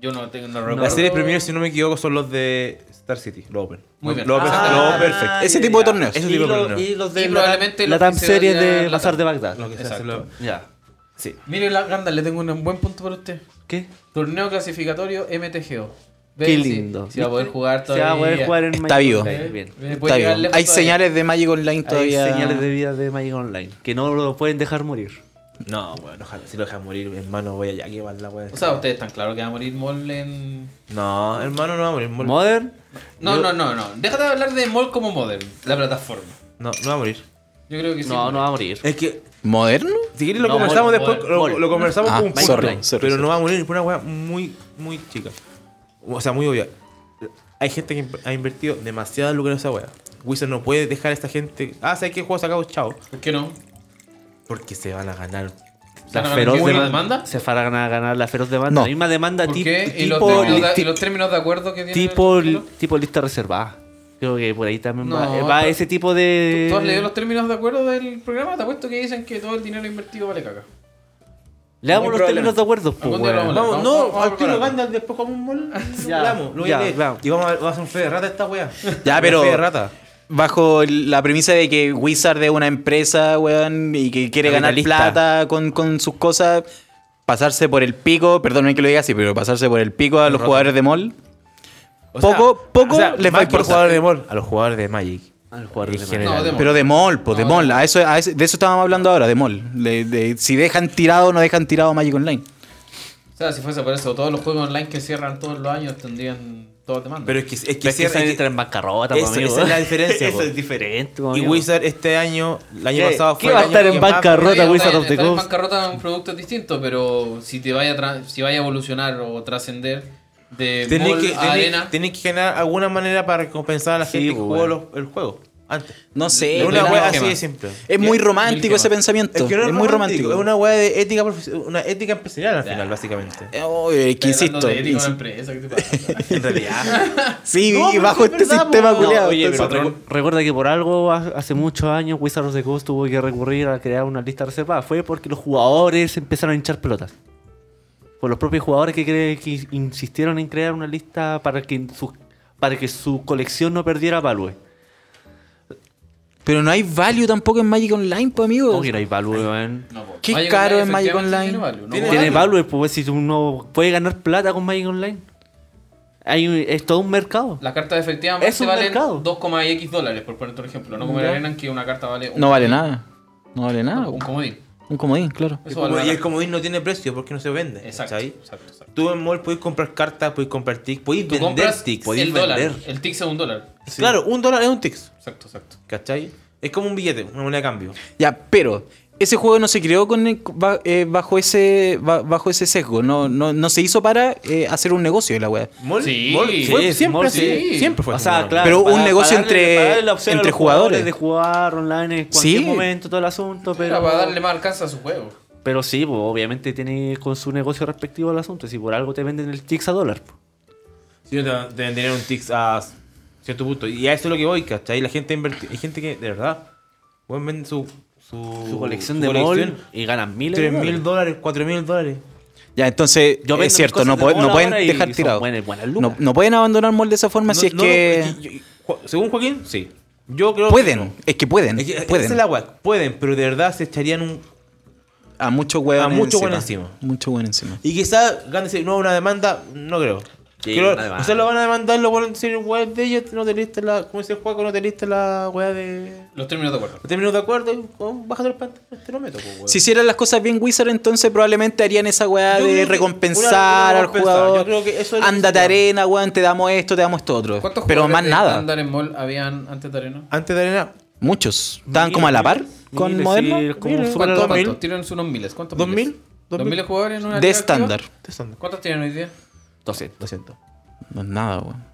Yo no tengo no recuerdo. La serie Premier, si no me equivoco, son los de Star City, lo Open. Muy bien. Lo Open, Ah, lo Open Perfect. Ese tipo de torneos. Ese tipo de torneos. los Y probablemente la los TAM que se series darían de la Bazar TAM. de Bagdad. Lo que se hace Exacto. lo- Ya. Sí. Mire, la Ganda, le tengo un buen punto para usted. ¿Qué? Torneo clasificatorio MTGO. Ve Qué si- lindo. Si va a poder ¿Viste? jugar Se todavía. va a poder jugar en Está Magic vivo. Online, Ve, bien. ve, Está puede bien. llegar lejos Hay todavía. señales de Magic Online todavía. Hay señales de vida de Magic Online que no lo pueden dejar morir. No, bueno, ojalá. Si lo dejas morir, hermano, voy allá. ¿Qué va la wea? O sea, ustedes están claros que va a morir Mol en. No, hermano, no va a morir. mol- Modern, No, no, no, no. Déjate de hablar de Mol como Modern, la plataforma. No, no va a morir. Yo creo que sí. pues. no, no va a morir. Es que, ¿Moderno? si quieres, lo No, conversamos mol, después. mol, lo, mol. lo conversamos Ah, con un punto. sorry, sorry, pero sorry. no va a morir por una wea muy, muy chica. O sea, muy obvia. Hay gente que ha invertido demasiado lucro en esa wea. Wizard no puede dejar a esta gente. Ah, ¿sabes qué juego sacado? Chao. ¿Por qué no? Porque se van a ganar. La ¿Van feroz a ganar demanda. ninguna demanda? Se van a ganar, ganar la feroz demanda. No. La misma demanda ¿Por tip- qué? ¿Y los, tipo, términos de, li- y los términos de acuerdo que tiene? tipo, el- tipo lista reservada. Creo que por ahí también va, No, va pero- ese tipo de... ¿Tú has leído los términos de acuerdo del programa? Te apuesto que dicen que todo el dinero invertido vale caca. Le damos Muy los términos probablemente. de acuerdo. pues, Algún día lo weón. vamos Vamos, Vamos, no, vamos, al tiro vamos. ganda después como un mol. Ya, Hablamos, lo ya, voy a leer. vamos. Y vamos a, vamos a hacer un fe de rata esta wea. Ya, Una pero- Fe de rata. Bajo la premisa de que Wizard es una empresa, weón, y que quiere ganar Capitalista. plata con, con sus cosas, pasarse por el pico, perdón, no hay que lo diga así, pero pasarse por el pico a los Roto. jugadores de MOL. poco poco les va a más que a los importar. jugadores de mol, a los jugadores de Magic. Al jugador En de general. manera. No, de Pero de MOL, pues de No, MOL, de- a eso, a ese- de eso estábamos hablando ahora, de MOL. De- de si dejan tirado o no dejan tirado Magic Online. O sea, si fuese por eso, todos los juegos online que cierran todos los años tendrían todas demandas. Pero es que es que, Pero es que cierra- esa es que- entra en bancarrota, Eso, pues, amigo. esa es la diferencia, Eso po. es diferente, pues, y amigo. Wizard este año, el año ¿Qué- pasado qué fue el va a año estar en que más- bancarrota? Rota Oye, Wizard está- of the está en Coast. bancarrota en productos distintos, pero si te vaya a, tra- si vaya a evolucionar o trascender de Tenés mall que, a tenés- arena, tenés que generar alguna manera para compensar a la Sí, gente que pues, jugó bueno. los- el juego. antes. No sé. Es una Eh, pero- wea mil así de gemas. simple. Es muy Mil romántico gemas. ese pensamiento. Es, no muy romántico. Es una weá de ética, profe- una ética empresarial al final, básicamente. Eh, oh, eh, que Estoy hablando insisto. de ética en una insi- empresa, ¿qué te pasa? En realidad. Sí, No, pero sí bajo es este verdad, sistema po. No, culiado. oye, pero- Recu- Recuerda que por algo ha- hace muchos años Wizards of the Coast tuvo que recurrir a crear una lista reservada. Fue porque los jugadores empezaron a hinchar pelotas. Por los propios jugadores que, cre- que insistieron en crear una lista para que su, para que su colección no perdiera value. Pero no hay value tampoco en Magic Online, pues, amigo. No que no hay value, man. No, po. Qué Magic caro Online, es Magic efectivamente, Online. tiene value, ¿no? Tiene value, pues si uno puede ganar plata con Magic Online. Hay, un- es todo un mercado. Las cartas efectivamente Es un valen mercado. 2,x dólares, por ponerte un ejemplo. No como Ya. la arena en que una carta vale un No vale comodín. nada. No vale nada. Un comodín. Un comodín, claro. Eso y vale una el carta. comodín no tiene precio porque no se vende. Exacto, ¿cachai? exacto, exacto. Tú en mall podés comprar cartas, podés comprar tics, podés Tú vender compras tics, podés el dólar. vender. El tic es un dólar. Sí. Claro, un dólar es un tics, Exacto, exacto. ¿cachai? Es como un billete, una moneda de cambio. Ya, pero ese juego no se creó con el- ba- eh, bajo ese ba- bajo ese sesgo. No, no, no se hizo para eh, hacer un negocio de la wea. Mall, Sí. mall fue, Sí, siempre, mall, así, sí. siempre fue. O así, sea, bueno. claro, Pero un negocio entre- para darle la opción a entre los jugadores jugadores. de jugar online en cualquier Sí. momento, todo el asunto, Era pero para darle más alcance a su juego. pero sí, pues, obviamente tiene con su negocio respectivo el asunto, si por algo te venden el Tix a dólar. pues. Si no, te- deben tener un tics a cierto punto. Y a eso es lo que voy, ¿cachai? La gente inverti- Hay gente que, de verdad, bueno, vende su, su, Uh, Su colección su de colección, mall y ganan miles de 3 mil dólares. dólares, 4 mil dólares. Ya, entonces, Yo vendo es mis cierto, cosas no, de po- no bola pueden ahora y dejar son tirado. buenas- buenas lucas. no, no pueden abandonar mall de esa forma No- si es no, que... no, yo- yo- según Joaquín, sí. Yo creo pueden, es que pueden, Es que- pueden. esa es la weá, pueden, pero de verdad se echarían un. A mucho hueón A mucho hueón encima. Mucho hueón encima. Y quizás ganen si- no una demanda, no creo. Sí, creo una demanda. quizás lo van a demandar, lo van a decir, weá de ellos, no te leíste la. Como dice Juaco, no te leíste la weá de. Los términos de acuerdo. Los términos de acuerdo, y, oh, bájate los pantalones, te lo meto, pues, weón. Si hicieran las cosas bien Wizard, entonces probablemente harían esa weá Yo creo de que recompensar una- al una recompensar. jugador. Yo creo que eso es lo que se Ándate llama. arena, weón, te damos esto, te damos esto otro. ¿Cuántos Pero jugadores más de nada. estándar en mall habían antes de arena? Antes de arena, Muchos. Estaban Miles, como a la par miles, con miles, sí, Moderno. es como Miles. súper a ¿Cuántos? la par. ¿Cuántos? Tienen unos miles. ¿Cuántos ¿Dos miles? mil? ¿Dos ¿Dos mil? mil jugadores en una De liga activa? estándar. te son ¿Cuántos tienen hoy día? 200. 200. No es nada, weón.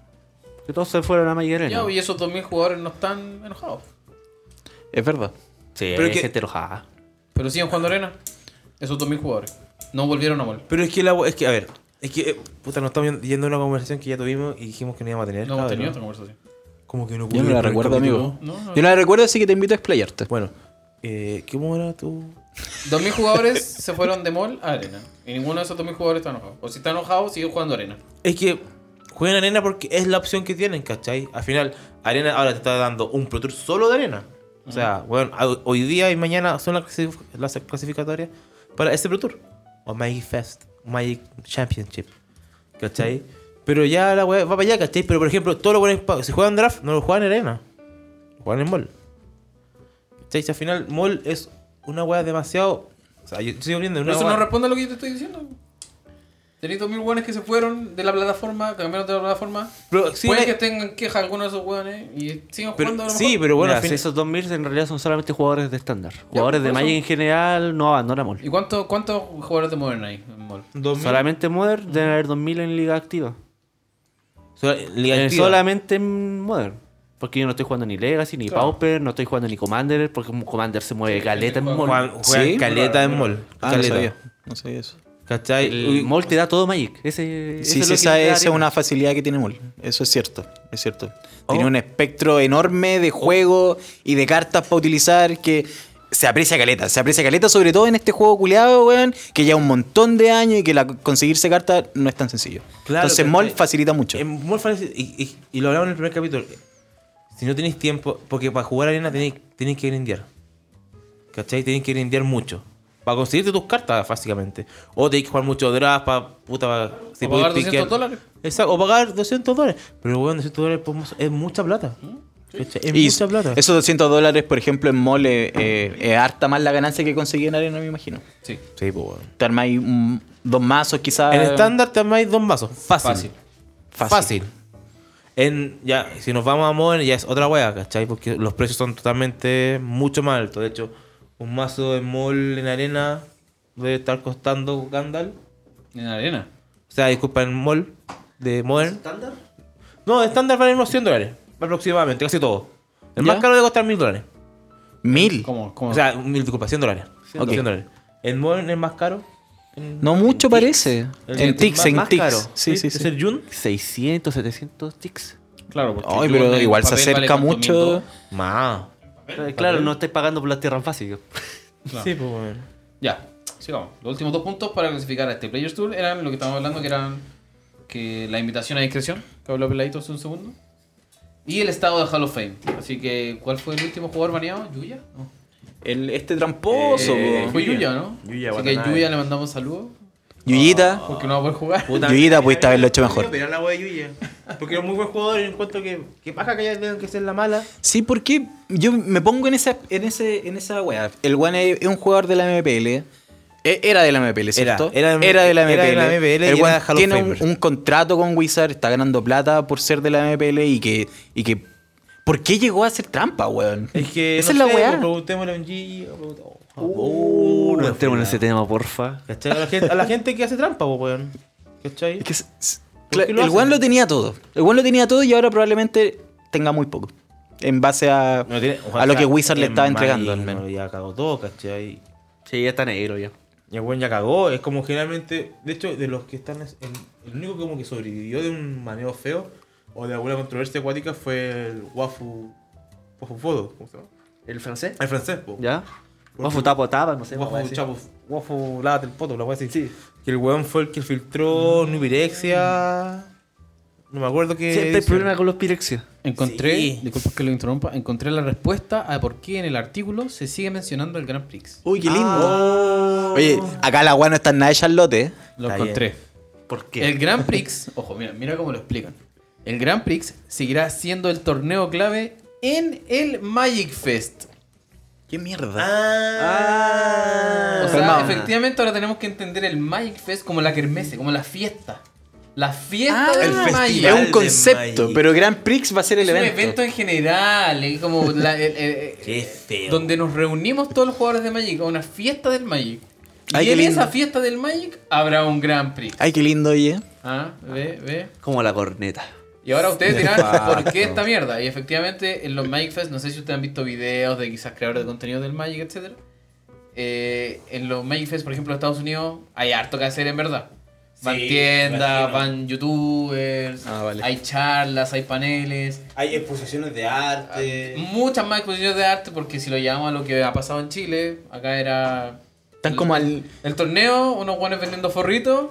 Que todos se fueron a Magic Arena. Ya, y esos 2.000 jugadores no están enojados. Es verdad. Sí, Pero pero que- que te enojaba. Pero siguen jugando arena. Esos 2.000 jugadores. No volvieron a mall. Pero es que la we- es que, a ver, es que, eh, puta, nos estamos yendo a una conversación que ya tuvimos y dijimos que no íbamos a tener. No hemos cabrón. tenido otra conversación. Como que no Yo ocurrió no la el primer recuerdo, capítulo. amigo. No, no. Yo no la recuerdo, así que te invito a explayarte. Bueno, eh, ¿cómo era tu...? 2.000 jugadores se fueron de mall a arena. Y ninguno de esos 2.000 jugadores está enojado. O si está enojado, sigue jugando arena. Es que juegan arena porque es la opción que tienen, ¿cachai? Al final, arena ahora te está dando un Pro Tour solo de arena. O sea, bueno, a- hoy día y mañana son las, clasi- las clasificatorias para este Pro Tour. O Magic Fest, Magic Championship, ¿cachai? Pero ya la weá va para allá, ¿cachai? Pero por ejemplo, todos los buenos pa- si juegan draft, no lo juegan en arena. Lo juegan en mall. ¿Cachai? Si al final, mall es una weá demasiado... O sea, yo sigo viendo Pero una eso no weá- responde a lo que yo te estoy diciendo. Tenéis 2.000 hueones que se fueron de la plataforma, que cambiaron de la plataforma. Pero sí, Puede la- que tengan queja algunos de esos hueones y sigan pero- jugando a lo sí, mejor. pero bueno, Mira, al fin- si esos 2000 en realidad son solamente jugadores de estándar. Jugadores por de eso. Magic en general no abandonamos. ¿Y cuánto- cuántos jugadores de Modern hay en mall? 2000. Solamente Modern deben haber 2000 en liga activa. Sola- Liga Eh, Activa. solamente en Modern. Porque yo no estoy jugando ni Legacy, ni Claro. Pauper, no estoy jugando ni Commander, porque un Commander se mueve Sí, caleta en juega- Mol. Juan- juegan Sí. caleta en mall. Ah, no caleta. sabía. No sabía eso. ¿Cachai? Uy, El Mol te da todo Magic. Ese, eso Sí, es sí, lo que esa te da esa es arena. una facilidad que tiene Mol. Eso es cierto, es cierto. Tiene Oh. un espectro enorme de juegos y de cartas para utilizar que se aprecia caleta. Se aprecia caleta sobre todo en este juego culiado, weón, que ya un montón de años y que la, conseguirse cartas no es tan sencillo. Claro, Entonces ¿cachai? Mol facilita mucho. es muy fácil. eh, Y, y- y lo hablamos en el primer capítulo. eh, Si no tenéis tiempo, porque para jugar arena tenéis, tenéis que grindear. ¿Cachai? Tenéis que grindear mucho. Para conseguirte tus cartas, básicamente. O tenéis que jugar mucho draft para puta. pa- si podéis O pagar 200 piquear. dólares. Exacto, o pagar 200 dólares. Pero bueno, 200 dólares por mozo, es mucha plata. ¿Cachai? Es Y mucha plata. esos 200 dólares, por ejemplo, en Mol es, eh, es harta más la ganancia que conseguí en Arena, me imagino. Sí. Sí, pues bueno. Te armáis un- dos mazos quizás. En estándar te armáis dos vasos. Fácil. Fácil. Em, Fácil. En, ya, si nos vamos a Modern ya es otra wea, ¿cachai? Porque los precios son totalmente mucho más altos. De hecho, un mazo de mol en arena debe estar costando Gandalf. En arena. O sea, disculpa, en mol de Modern. ¿Estándar? No, estándar vale unos 100 dólares, aproximadamente, casi todo. El ¿Ya? más caro debe costar mil dólares. Mil. ¿Cómo? ¿Cómo? O sea, mil, disculpa, 100 dólares. Cien Ok. dólares. 100 dólares. El Modern es más caro. En- No mucho en Tix. parece. El En Tix Tix, más- en más caro. Tix. Sí, sí, ¿Es sí. el Jun? 600, 700 tics. claro, porque Ay, yo pero en igual se papel vale acerca cuánto, mucho. 1200. Más. Claro, no estáis pagando por la tierra en fácil. Claro. Sí, pues bueno. Ya, sigamos. Los últimos dos puntos para clasificar a este Players Tour eran lo que estábamos hablando, que eran que la invitación a discreción, que habló Peladito hace un segundo, y el estado de Hall of Fame. Así que, ¿cuál fue el último jugador baneado? ¿Yuya? No. El, este tramposo, Eh, po. fue Yuya, ¿no? Yuya Así que Watanabe. Yuya le mandamos saludos, Yuyita. porque no va a poder jugar. Yuyita, pudiste haberlo hecho mejor. Pero la wea de Yuya. Porque es muy buen jugador y encuentro que. Que paja que haya tenido que ser la mala. Sí, porque yo me pongo en esa, en ese, en esa weá. El Juan es es un jugador de la MPL. E- Era de la MPL, ¿cierto? Era- era- de la MPL. era de la MPL y era el Juan de Hall of tiene un, Famer. un contrato con Wizard, está ganando plata por ser de la MPL y que. Y que ¿Por qué llegó a hacer trampa, weón? Es que. Esa no es la sé, weá. pues, Preguntémosle a un G. o preguntó- Uh, no entremos en ese tema, porfa. ¿Cachai? A la gente, a la gente que hace trampa, pues weón. ¿Cachai? Es que s- s- ¿Por qué lo el hacen? Juan lo tenía todo. El Juan lo tenía todo y ahora probablemente tenga muy poco. En base a, No tiene- a lo que ojalá, Wizard le en estaba entregando. al Magic, menos. no, Ya cagó todo, ¿cachai? Sí, ya está negro ya. Y el weón ya cagó. Es como generalmente. De hecho, de los que están. es- el, el único que como que sobrevivió de un maneo feo o de alguna controversia acuática fue el Wafu. Wafu Fodo, ¿cómo se llama? ¿El francés? El francés, po. ¿Ya? Porque- Wafu tapo tapa, no sé. Wafu, así. chapo, wafu, lávate el poto, la Mm. voy a decir. Sí. Que el weón fue el que filtró Nubirexia. No me acuerdo que. Siempre hay problema con los pirexios. Encontré, Sí. disculpa que lo interrumpa, encontré la respuesta a por qué en el artículo se sigue mencionando el Grand Prix. Uy, qué lindo. Oye, acá la Juan no está en nada de Charlotte. ¿eh? Lo Está encontré. ¿Por qué? El Grand Prix, ojo, mira, mira cómo lo explican. El Grand Prix seguirá siendo el torneo clave en el Magic Fest. ¿Qué mierda? Ah. O sea, Calmado. efectivamente ahora tenemos que entender el Magic Fest como la kermesse, como la fiesta. La fiesta Ah, del el Magic. Es festival. Es un concepto, Magic. pero Grand Prix va a ser el un evento. evento en general, es como la- el- el- Qué feo. donde nos reunimos todos los jugadores de Magic, a una fiesta del Magic. Ay, y qué en lindo. esa fiesta del Magic habrá un Grand Prix. Ay, qué lindo, oye. Ah, ve, ve. Como la corneta. Y ahora ustedes dirán, Nefasto. ¿por qué esta mierda? Y efectivamente, en los Magic Fest, no sé si ustedes han visto videos de quizás creadores de contenido del Magic, etc. en los Magic Fest, por ejemplo, en Estados Unidos, hay harto que hacer en verdad. Van Sí, tiendas, imagino. van youtubers, Ah, vale. hay charlas, hay paneles, Hay exposiciones de arte. muchas más exposiciones de arte, porque si lo llamamos a lo que ha pasado en Chile, acá era Están como al. el torneo, unos guanes vendiendo forritos.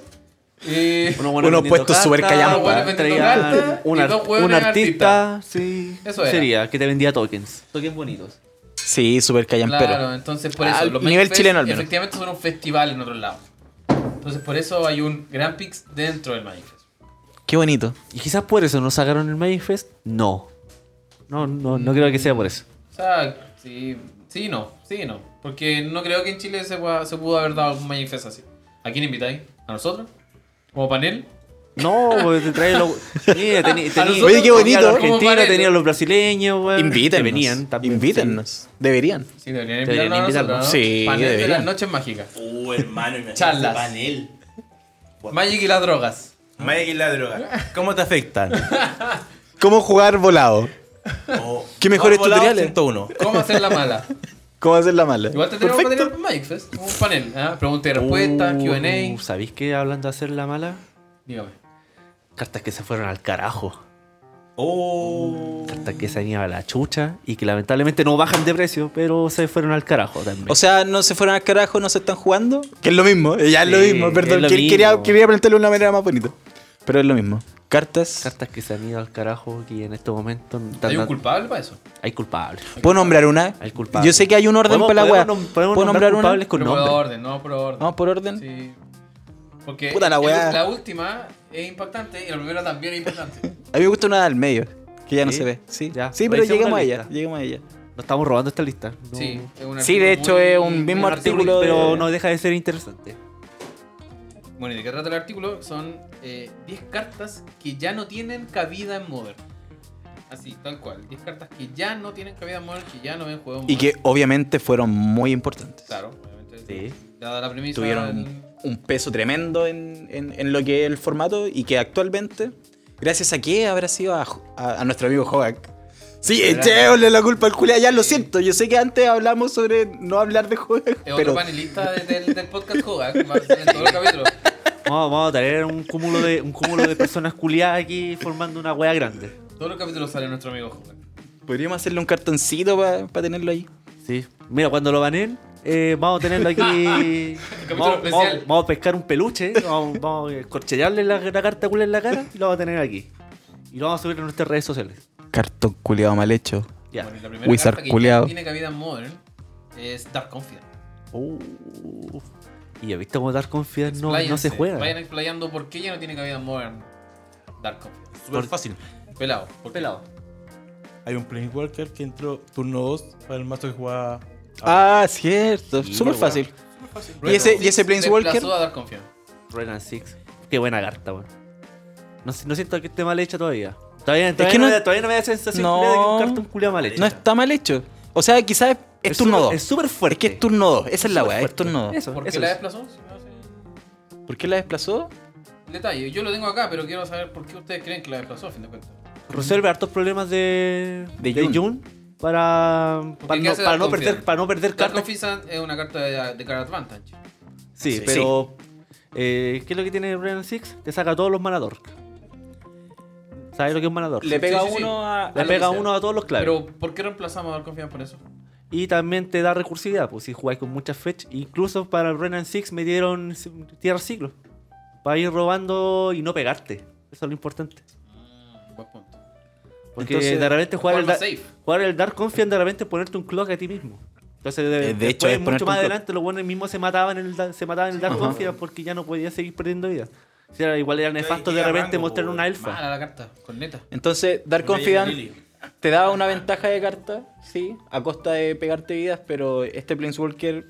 Y... Unos puestos súper callampa. Unos buenos vendiendo cartas y un, dos hueones un artista, sí. Eso era. Sería, que te vendía tokens. Tokens bonitos. Sí, súper callampero. Claro, entonces por Ah, eso. al los nivel Magic Fest chileno, al menos. Efectivamente son un festival en otro lado. Entonces por eso hay un Grand Prix dentro del Magic Fest. Qué bonito. Y quizás por eso no sacaron el Magic Fest. No. No, no, no creo que sea por eso. O sea, sí, sí y no, sí y no. Porque no creo que en Chile se, pueda- se pudo haber dado algún Magic Fest así. ¿A quién invitáis? ¿A nosotros? ¿Como panel? No, porque te trae los. Mira, teni- teni- nosotros Oye, qué bonito. Tenía los Como argentinos, parece. tenía los brasileños, weón. Invítennos. Que venían también. Invítennos. Deberían. Sí, deberían Deberían invitarnos a nosotros, invitarnos. ¿no? Sí, Panel de deberían. las noches mágicas. Uh, hermano, imagínate Charlas. panel. Magic y las drogas. Magic y la droga. ¿Cómo te afectan? ¿Cómo jugar volado? O- ¿Qué mejores Volado tutoriales? 101. ¿Cómo hacer la mala? ¿Cómo hacer la mala? Igual te tenemos Perfecto. material para Magic Fest. Un panel. ¿ah? Pregunta y respuesta, Uh, QA. ¿Sabéis que hablando de hacer la mala? Dígame. Cartas que se fueron al carajo. Oh. Cartas que se han ido a la chucha y que lamentablemente no bajan de precio, pero se fueron al carajo también. O sea, no se fueron al carajo, no se están jugando. Que es lo mismo, eh, ya es lo Sí, mismo, perdón. es lo que- mismo. Quería, quería plantearlo de una manera más bonita. Pero es lo mismo. Cartas. cartas que se han ido al carajo y en este estos momentos ¿Hay un culpable para eso? hay culpables. ¿Puedo nombrar una? Hay culpables. Yo sé que hay un orden Podemos- para la weá. podemos nom- podemos ¿Puedo nombrar una? culpables con Pero por nombre. orden, no por orden. Vamos por orden. Sí. Porque Puta la el- weá. la última es impactante y la primera también es impactante. A mí me gusta una del medio, que ya no ¿Sí? se ve. Sí, Ya. sí pero Revisemos lleguemos la a ella. lista. Lleguemos a ella. No estamos robando esta lista. no- Sí, es un Sí, artículo de hecho muy- es un Un mismo artículo, artículo. de- pero no deja de ser interesante. Bueno, ¿y de qué trata el artículo? Son eh, 10 cartas que ya no tienen cabida en Modern. Así, tal cual. 10 cartas que ya no tienen cabida en Modern, que ya no ven juego en Y que Modern. obviamente fueron muy importantes. Claro, obviamente. Sí. Dada la premisa. Tuvieron el- un, un peso tremendo en, en- en lo que es el formato y que actualmente, gracias a que habrá sido a, Jo- a- a nuestro amigo Joak, Sí, echémosle la culpa al culiado. Ya lo siento, yo sé que antes hablamos sobre no hablar de juegos, Es otro pero panelista de- del, del podcast Joga, en todo el capítulo. Vamos, vamos a traer un cúmulo de, un cúmulo de personas culiadas aquí formando una wea grande. Todos los capítulos sale nuestro amigo Joga. podríamos hacerle un cartoncito para tenerlo ahí. Sí. Mira, cuando lo baneen, eh, vamos a tenerlo aquí. vamos, especial. vamos- vamos a pescar un peluche, vamos, vamos a corchellarle la, la carta culia en la cara y lo vamos a tener aquí. Y lo vamos a subir en nuestras redes sociales. Cartón culiado mal hecho. Ya. Bueno, y la primera Wizard carta que culeado. tiene cabida en Modern es Dark Confident. Uh, y ya viste cómo dar confianza no, no Expláyense. se juega. Vayan explayando por qué ya no tiene cabida en Modern Dark Confident. Súper fácil. Pelado. ¿por qué? Pelado. Hay un Planeswalker que entró turno 2 para el mazo que jugaba. Ah, cierto. Sí, Súper weón. fácil. Rueda. ¿Y ese- y ese Planeswalker? Desplazó a Dark Confident. Renan Six. Qué buena carta, weón. No, sé- no siento que esté mal hecha todavía. Todavía, todavía, que no, no- me da- todavía no me da sensación No. culiá de que un cartón culiado mal hecho. No está mal hecho. O sea, quizás es, es turno súper- 2. Es Es, súper fuerte. que es turno 2. Esa es la súper weá, es fuerte. turno 2. Eso, ¿Por qué eso la es. desplazó? Si no sé. ¿Por qué la desplazó? Detalle, yo lo tengo acá, pero quiero saber por qué ustedes creen que la desplazó a fin de cuentas. resuelve hartos problemas de, De de Jun. Jun para, Porque para, ¿qué no, hace para Dark no perder, Confidence? para no perder Dark cartas. Confident es una carta de, de card advantage. Sí, Sí. pero eh, ¿qué es lo que tiene Renan Six? Te saca a todos los manador. ¿Sabes lo que es manador? Le pega sí, sí. uno a. Le a lo pega que sea. uno a todos los claves. Pero ¿por qué reemplazamos a Dark Confident por eso? Y también te da recursividad, pues si jugáis con muchas fetch. Incluso para el Renan Six me dieron s- tierra ciclo. Para ir robando y no pegarte. Eso es lo importante. Mm, buen punto. Porque Entonces, de repente jugar el, Jugar más da- safe. jugar el Dark Confiance de repente ponerte un clock a ti mismo. Entonces, de, Eh, de hecho, después, es ponerte mucho un más clock. adelante, los buenos mismos se mataban en el, da- se mataban en el Dark Confiance porque ya no podían seguir perdiendo vida. O sea, igual era nefasto de queda repente rango, mostrar una elfa. Mala la carta, con neta. Entonces, Dark Confidant Lily. te da una ventaja de carta, sí, a costa de pegarte vidas, pero este Planeswalker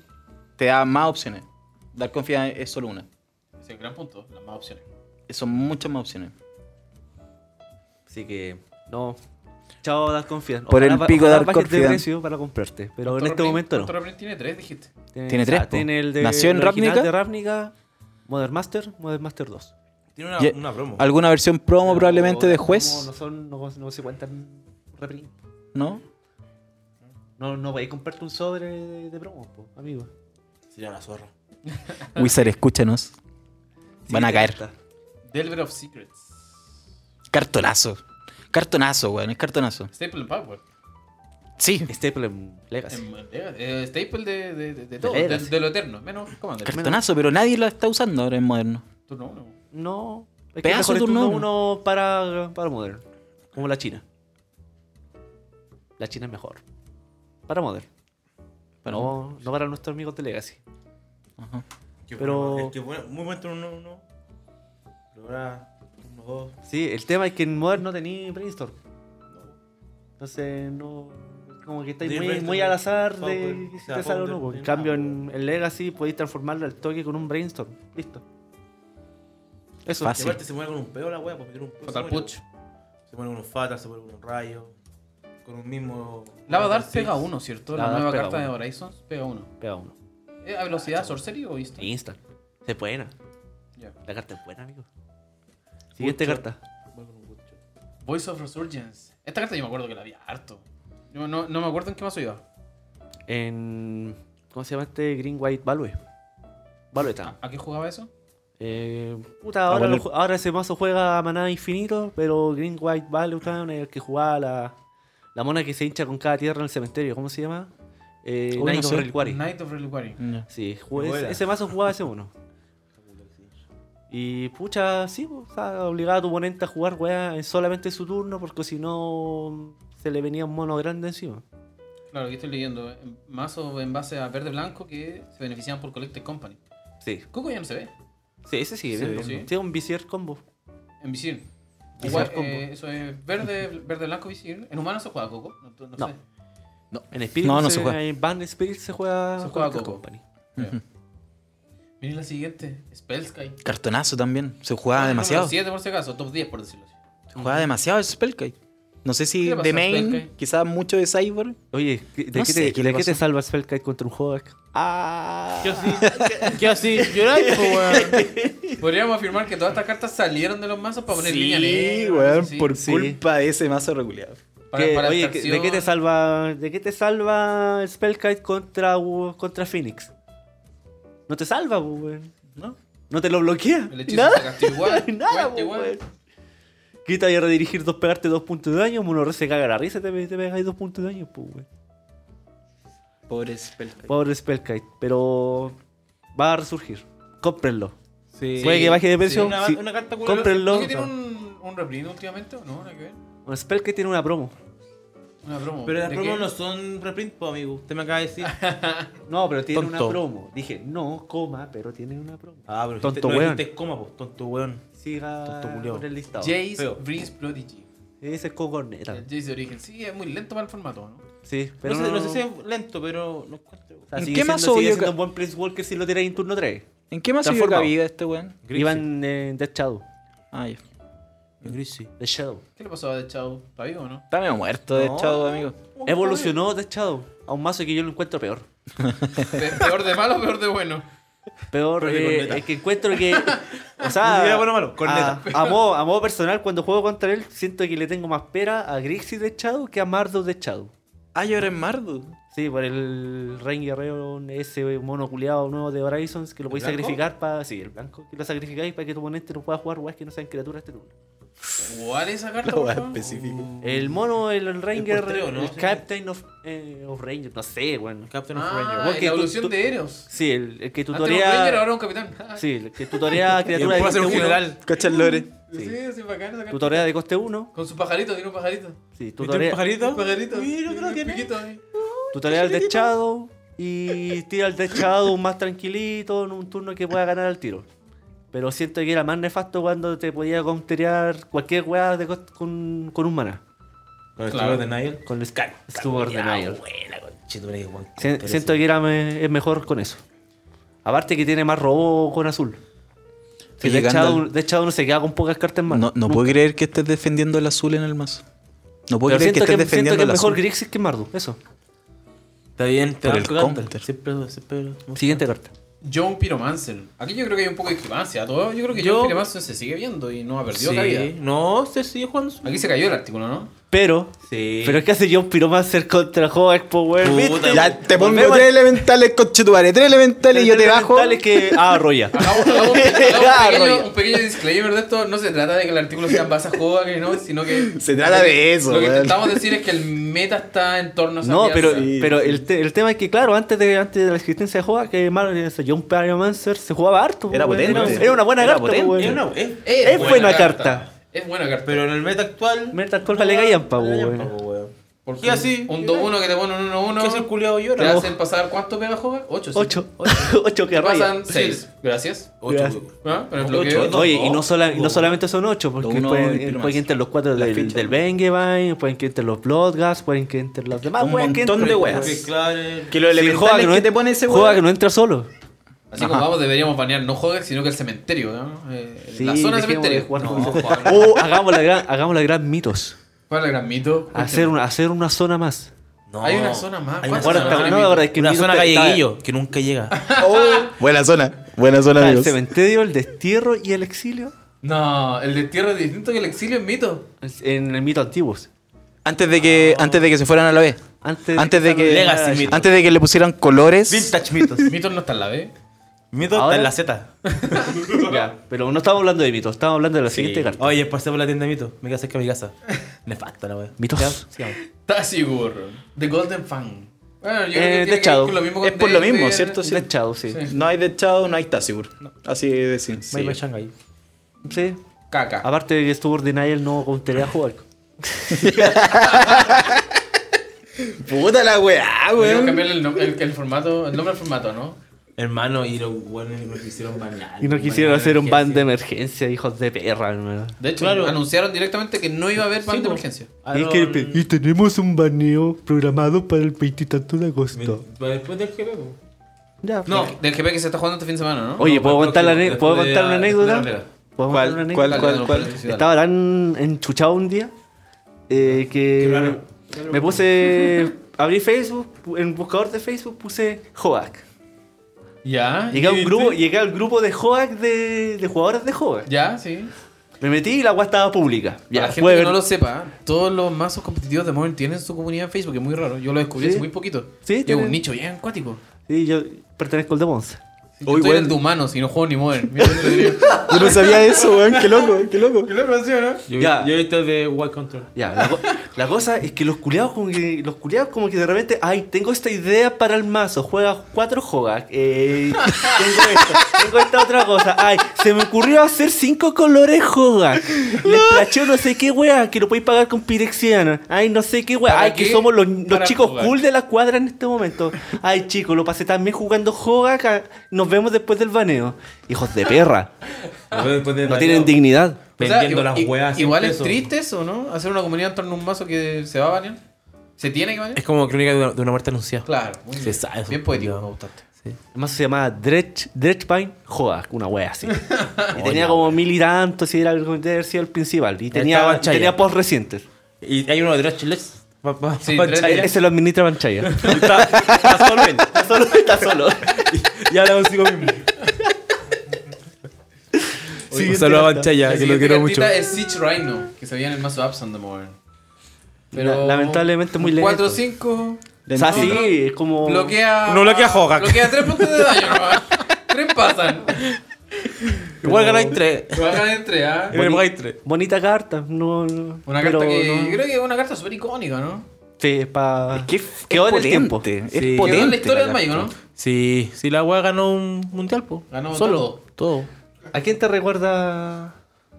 te da más opciones. Dark Confidant es solo una. Ese es el gran punto, las más opciones. Son muchas más opciones. Así que, no. Chao, Dark Confiance. Por el ba- pico Dark bajes de Confiance. precio para comprarte. Pero en este Torreprint- momento no. Torreprint tiene tres, dijiste. Tiene tres, ah, po. Tiene el de. Nació en el original Ravnica. de Ravnica, Modern Master, Modern Master 2. Tiene una, Ye- una promo. ¿Alguna versión promo probablemente de No, no juez? son, no, no se cuentan reprint. ¿No? No, no podéis comprarte un sobre de, de promo, po, amigo. Sería una zorra. Wizard, escúchanos. Van a caer. Delver of Secrets. Cartonazo. Cartonazo, weón, es cartonazo. Staple Power. Sí, Staple en Legacy. En- eh, staple de, de, de, de todo, veras. de, de lo eterno. Menos Commander. cartonazo, pero nadie lo está usando ahora en moderno. Turno uno. No. Es que Pedazo mejor es turno turno uno. uno para, para Modern. Como la China. La China es mejor. Para Modern. Para no, no para nuestros amigos de Legacy. Ajá. Qué Pero- bueno, es que bueno, muy buen turno uno. Pero ahora, turno dos. Sí, el tema es que en Modern no tenía Brainstorm. Entonces, no. Como que estáis Tenía muy, Brainstorm, muy al azar de Power, si o sea, te sale eh. o Power no. po. En de- cambio, ah, en, en Legacy podéis transformarlo al toque con un Brainstorm. Listo. Eso. Y Fácil. aparte se muere con un peo la wea, porque tiene un peo. Fatal se muere. Punch. Se muere con un fatal, se muere con un rayo. Con un mismo. Lava Fatal Dart Six. pega uno, ¿cierto? Lava La Dart nueva pega carta de uno. Ah, Horizons pega uno. Pega uno. ¿Es a velocidad Sorcery o Instant? Instant. Se buena. Ya. La carta es buena, amigo. Siguiente carta. Muere con un Woodchuck. Voice of Resurgence. Esta carta yo me acuerdo que la había harto. No, no, no me acuerdo en qué mazo iba. En. ¿Cómo se llama este Green White Value? Value Town. ¿A, a qué jugaba eso? Eh, puta, ahora, bueno, lo ju- ahora ese mazo juega a maná infinito, pero Green White Value Town es el que jugaba la, la mona que se hincha con cada tierra en el cementerio. ¿Cómo se llama? Eh, Uy, Knight no of sé. Reliquary. Night of Reliquary. Ya. Sí, jugué- Buena. ese mazo jugaba ese uno. Y pucha, sí, pues, está obligado a tu oponente a jugar weá, en solamente su turno porque si no se le venía un mono grande encima. Claro, aquí estoy leyendo. eh, Mazo en base a verde blanco que se benefician por Collected Company. Sí, Coco ya no se ve. sí ese sigue viendo. sí. Tiene un Vizier combo. En Visir. Visir Igual, combo. eh, eso es verde, verde blanco Visir. En humano se juega Coco. No, no No. sé. En Spirit No, no se juega. En Ban Spirit se juega, Se juega Collector Coco. Mira. Miren la siguiente. Spellsky. Cartonazo también. Se jugaba Ah, demasiado. 7 por si acaso. Top 10 por decirlo así. Se jugaba demasiado el Spellkite. No sé si ¿Qué le pasó de a main, Spellkite? quizás mucho de Cyborg. Oye, ¿qué- ¿de, No qué, sé te, qué de le qué te pasó. salva Spellkite contra un Hawk? Ah. Yo así, yo así llorando, weón. Podríamos afirmar que todas estas cartas salieron de los mazos para poner línea Sí, negra, weón, sí. por Sí. culpa de ese mazo regulado. Para- Que, para oye, esta que- ¿de qué te acción. salva, de qué te salva Spellkite contra, Wo- contra Phoenix? No te salva, po, weón. ¿No? No te lo bloquea. El hechizo te castiga igual. Nada, fuerte po, igual. weón. Quita y redirigir dos, pegarte dos puntos de daño. Monorre se caga la risa y te, pe- te pegáis dos puntos de daño, po, weón. Pobre Spellkite. Pobre Spellkite, pero va a resurgir. Cómprenlo. Sí. Puede que baje de precio. Sí, una- sí. una carta culiao. Cómprenlo. ¿No que tiene un, un reprint últimamente o no? ¿Nada que ver? Un Spellkite tiene una promo. Una promo. Pero las ¿De promos qué? no son reprint, pues, amigo. Usted me acaba de decir. No, pero tiene Tonto. una promo. Dije, no, coma, pero tiene una promo. Ah, pero Tonto tonto weón. weón. No coma, pues, tonto weón. Siga Tonto culiao. con el listado. Jace feo. Breeze Prodigy. Ese es con corneta. El Jace de origen. Sí, es muy lento para el formato, ¿no? Sí, pero No sé, no, no sé si es lento, pero no encuentro. o sea, ¿En sigue qué siendo- mazo sigue yo siendo ca- un buen Prince Walker si lo tiráis en turno 3. ¿En qué más se dio Transformado. cabida este weón? Grixis. Iban en Death Shadow. Ah, ya. Grisi. The Shadow. ¿Qué le pasó a The Chao? ¿Está vivo o no? Está medio muerto, de No. echado, amigo. Evolucionó Death Shadow a un mazo que yo lo encuentro peor. Pe- Peor de malo, peor de bueno. Peor Oye, eh, corneta. es que encuentro que. O Ni sea, siquiera bueno o malo, corneta. A, a modo, a modo personal, cuando juego contra él, siento que le tengo más pera a Grixis de Shadow que a Mardo de Shadow. Ah, yo era en Mardu. Sí, por el Rey Guerrero, ese mono culiado nuevo de Horizons que lo podéis blanco? sacrificar para. Sí, el blanco. Que lo sacrificáis para que tu oponente no pueda jugar weas que no sean criaturas este turno. ¿Cuál es esa carta? Ah, La wea por favor? específica. El mono, el, el Ranger, el, postreo, ¿no? Sí. Captain of, eh, of Ranger, no sé, bueno. Captain of Ranger. Ah, Porque la tú- evolución tú- de Eros. Sí, el, Ah, el que Antes era un Ranger, tutorea. ahora un capitán. Sí, el que tutorea a criaturas de puedo hacer coste un 1. general. Cachan Lore. Sí, sí, sí, bacán esa carta. Tutorea de coste 1. Con su pajarito, tiene un pajarito. Sí, ¿Viste un tutorea, pajarito? Un pajarito. Mira, creo un que no. piquito ahí. tutorea al dechado y tira al dechado más tranquilito en un turno que pueda ganar al tiro. Pero siento que era más nefasto cuando te podía counterear cualquier weá de cost- con, con un maná. Con el Claro. chico de Nile. Con el Sky. Estuvo ordenado. Buena, conchito, mira qué guay. Si- Siento que era me- es mejor con eso. Aparte que tiene más robo con azul. Sí, Oye, de, echado, Gandalf. no se queda con pocas cartas en mano. No, no puedo creer que estés defendiendo el azul en el mazo. No Pero puedo creer que siento que, estés siento defendiendo que es el mejor azul. Grixis que Mardu. Eso. Está bien, te Por van el cagando. counter. Siempre, siempre. Siguiente carta. John Pyromancer. Aquí yo creo que hay un poco de discrepancia. Todo, yo creo que Yo- John Pyromancer se sigue viendo y no ha perdido Sí. cabida. No, se sigue jugando. su- Aquí se cayó el artículo, ¿no? Pero, Sí. pero es que hace John Pyromancer contra Hawk, po, weón. Puta, ¿Viste? Ya te pongo Volvemos tres elementales, conchetumare. Tres elementales y yo te bajo. Elementales que ah, arrolla. Hagamos, hagamos- Ah, hagamos un, pequeño, rollo. un pequeño disclaimer de esto. No se trata de que el artículo sea en base a juego, que no, sino que. Se trata de eso, Lo que weón. intentamos decir es que el meta está en torno a esa No, pero, alianza. pero el, te- el tema es que, claro, antes de, antes de la existencia de Hawk, que Mar- eh, ese John Pyromancer se jugaba harto. po, Era weón. potente. Era una buena Era carta, po, potente, weón. Es una- es- es buena carta. Es buena carta. Pero en el meta actual. Meta actual vale gallampa, Vale weón. gallampa, weón. Porque ¿Qué así? Un 2-1 que te pone un ¿Qué es el 1-1. culiado Te llora? hacen pasar cuánto pega juega? 8. 8. 8 que Te raya. pasan 6. Gracias. Gracias. weón. ¿Ah? Pero el Ocho, bloqueo. dos. Oye, y no, sola- y no solamente son 8, porque Lo uno y pueden, eh, tiro pueden que más. entren los 4 La del, ficha. del Bengevine, pueden que entren los Bloodgas, pueden que entren las demás. Un weas que montón entren. de weas. Porque, claro, el- Que los Sí, juega elementales no que en- te pone ese Juega que weón. no entra solo. Así como Ajá. vamos, deberíamos banear no juega, sino que el cementerio. ¿no? Eh, Sí, la dejemos zona de cementerio. de jugar no, con- juega- O hagamos la gran, hagamos la gran mitos. ¿Cuál es el gran mito? Hacer una, hacer una zona más. No. Hay una zona más. Hay ¿Cuál una es Ahora, la zona no, zona más? más. Mitos? ahora es que Una Mitos zona está- galleguillo que nunca llega. Oh. Buena zona. Buena está zona, el amigos. cementerio, el destierro y el exilio No, el destierro es distinto que el exilio es mito. en el mito antiguos. Antes de que, antes de que se fueran a la B. Antes de Antes de que que, salga Legacy Mythos. antes de que le pusieran colores. Vintage mitos. Mitos no está en la B. Mitos Ahora- está en la Z. Ya, pero no estamos hablando de mitos, estamos hablando de la siguiente carta. Oye, pasé por la tienda de mitos. Me quedé cerca de mi casa. Nefasta la wea. Mitos. Ya, sigamos. Tassigur, The Golden Fang. Bueno, Eh, yo creo que de tiene que Shadow. ver con lo mismo Es con por lo Dead mismo, Bear. ¿cierto? Sí. De Chao, sí. Sí. No hay de Chao, no hay Tassibur. Así de sin. Bye bye Shanghai. Sí. Caca. Aparte de que Stuart Denial no counterea a jugar. Puta la Ah, weá, Debemos weón. cambiarle el, nom- el, el formato, el nombre al formato, ¿no? Hermano, y los weones no quisieron bañar. Y no quisieron hacer un ban de emergencia, hijos de perra, hermano. De hecho, Claro. anunciaron directamente que no iba a haber ban de emergencia. Y, es que- y tenemos un baneo programado para el veintitanto de agosto. Después del GP, po. Ya. No, del GP que se está jugando este fin de semana, ¿no? Oye, ¿puedo No, contar, la, después ane- de- ¿puedo después de contar una la- anécdota? de la primera. ¿Puedo ¿Cuál- contar una anécdota? cuál- cuál- cuál? Estaba tan enchuchado un día Ah, eh, que me puse. Abrí Facebook, pu- en el buscador de Facebook puse Joac. Ya. Llegué, a un ¿Y- grupo, llegué al grupo de Joac de, de jugadores de Joac. Ya, sí. Me metí y la agua estaba pública. Para Ya, la gente puede que ver- no lo sepa, todos los mazos competitivos de móvil tienen su comunidad en Facebook, que es muy raro. Yo lo descubrí Sí. hace muy poquito. Sí, Y es tienen- un nicho bien acuático. Sí, yo pertenezco al de Monza. Sí, yo estoy en el de humanos y no juego ni Modern. Mira, yo te digo. Yo no sabía eso, weón. Qué loco, qué loco. Yo- Ya. yo he visto de Wild Control. Ya, la, co- la cosa es que los culiados como que los culiados como que de repente, ay, tengo esta idea para el mazo, juega cuatro jogas, eh, tengo esto, tengo esta otra cosa, ay, se me ocurrió hacer cinco colores jogas, les placheo no sé qué wea, que lo podéis pagar con pirexiana, ay, no sé qué wea, ¿Para ay, que qué? somos los, los Para chicos jugar. cool de la cuadra en este momento, ay, chicos, lo pasé también jugando jogas, ca- nos vemos después del baneo, hijos de perra, no tienen dignidad. O sea, Vendiendo igual- las i- weas. sin Igual es peso. triste eso, ¿no? Hacer una comunidad en torno a un mazo que se va a banear. ¿Se tiene que banear? Es como crónica de una, de una muerte anunciada. Claro, muy bien. Se sabe eso, bien poético, culiao. me gustaste. El mazo se llamaba Dredge, Dredge Pine Joa, una wea así. y tenía como mil y tantos y era el, debe haber sido el principal. Y tenía, estaba Chaya. tenía post recientes. E-, Y hay uno de tres chiles. Pa- pa- Sí, pa- tres- Chaya. Ese lo administra Manchaya. Está, está solo él. está solo, está solo. Y habla consigo mismo. un saludo a Manchaya, La que lo siguiente quiero mucho. cartita es Siege Rhino, que se veía en el mazo Apps on the Modern. La- lamentablemente muy lento. 4-5. o sea, sí, es como. Bloquea. No bloquea Hogak. Bloquea 3 puntos de daño, nomás. 3 pasan. Igual ganáis tres. Lo hagan entre, ¿ah? Igual ganáis tres. Bonita carta. No, no, Una pero carta que. no. Creo que es una carta súper icónica, ¿no? Sí, es para. Es que es, Quedó en el potente, tiempo. Es Sí. Que es la potente. historia del la Mágico, carta. ¿no? Sí, sí, la weá ganó un mundial, po. Ganó Solo. Todo. ¿A quién te recuerda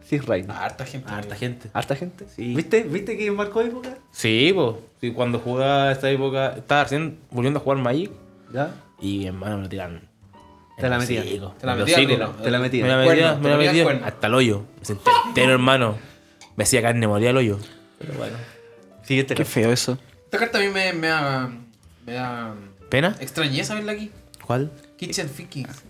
Sis Reina? Ah, harta gente. Harta gente. ¿Harta gente? Sí. ¿Viste, ¿Viste que marcó época? Sí, po. Sí, cuando jugaba esta época, estaba recién volviendo a jugar Magic. ¿Ya? Y hermano, me lo tiran. Te la metían. Te la metían, Te la metían. Me la Cuerno, metían, me te la la metían metían. cuerno. Hasta el hoyo. Me senté entero, hermano. Me hacía carne, moría el hoyo. Pero bueno. Siguiente Qué carta. feo eso. Esta carta a mí me, me da. Me da. ¿Pena? Extrañeza verla aquí. ¿Cuál? Kitchen Finks.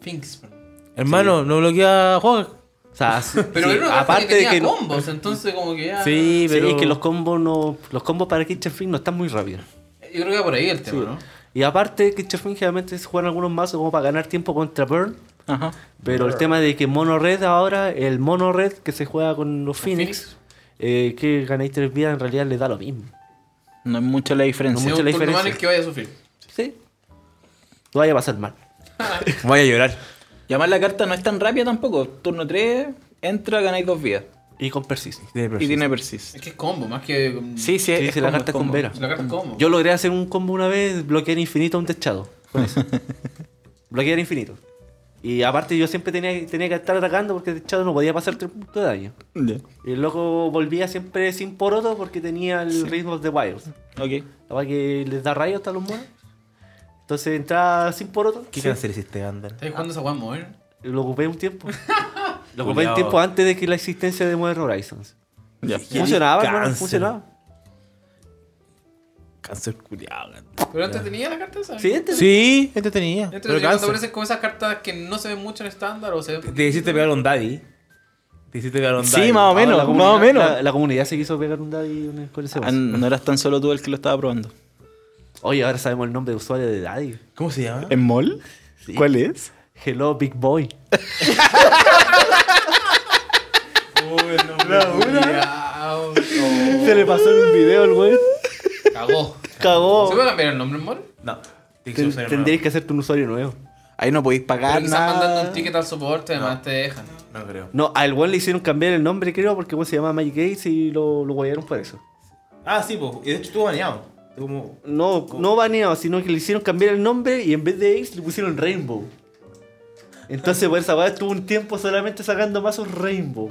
Finks, perdón. Hermano, no bloquea Hogak. O sea, Pero sí, era una carta aparte que de tenía que. no- combos, entonces como que ya. Sí, Sí, pero. es que los combos no, los combos para Kitchen Fink no están muy rápidos. Yo creo que va por ahí el tema, ¿no? Y aparte, Kitchen Fink generalmente se juegan algunos mazos como para ganar tiempo contra Burn. Ajá. Pero el tema de que Mono Red ahora, el Mono Red que se juega con los Phoenix, eh, que ganáis tres vidas, en realidad les da lo mismo. No es mucha la No diferencia. mucha Es un la turno diferencia. más en el que vaya a sufrir. Sí. No vaya a pasar mal. Voy a llorar. Y además la carta no es tan rápida tampoco. Turno 3, entra, ganáis dos vidas. Y con Persis. Y tiene persist. Es que es combo, más que. mm, Sí, sí, Sí, es sí, la combo, carta es combo. con Vera. La carta es combo. Yo logré hacer un combo una vez, bloquear infinito a un techado. Con eso. bloquear infinito. Y aparte yo siempre tenía, tenía que estar atacando porque el techado no podía pasar tres puntos de daño. Ya. Y el loco volvía siempre sin poroto porque tenía el ritmo de Wilds. Ok. La verdad que les da rayos hasta los monos. Entonces entraba sin poroto. ¿Qué Sí. cáncer hiciste, Gandalf? ¿Estás jugando esa One Modern? Lo ocupé un tiempo. Lo ocupé un Culeado. tiempo antes de que la existencia de Modern Horizons. Ya. Funcionaba, hermano, cáncer. funcionaba. Cáncer culiado, Pero antes tenía la carta esa. Sí, este- Sí, entretenida. Antes Pero tenía cuando cáncer. aparecen como esas cartas que no se ven mucho en estándar o se ven. Te hiciste pegar un daddy. Te hiciste pegar un Sí, daddy. más o menos, la más o comunidad- menos. La, la comunidad se quiso pegar un daddy con ese Ah, boss. no eras tan solo tú el que lo estaba probando. Oye, ahora sabemos el nombre de usuario de daddy. ¿Cómo se llama? ¿En mol? ¿Cuál es? Hello, Big Boy. Culiao, no. Se le pasó en un video el güey. Cagó. ¿Se Oh. Cagó. puede cambiar el nombre en Modern? No. Ten- Tendríais que hacerte un usuario nuevo. Ahí no podéis Pero pagar quizás nada. mandando un ticket al soporte, además te dejan. No creo. No, al güey le hicieron cambiar el nombre, creo, porque güey se llama Mike Gates y lo, lo guayaron por eso. Ah, sí, pues. Y de hecho estuvo baneado. Estuvo como- No, no baneado, sino que le hicieron cambiar el nombre y en vez de Ace le pusieron Rainbow. Entonces, por esa weá estuvo un tiempo solamente sacando mazos Rainbow.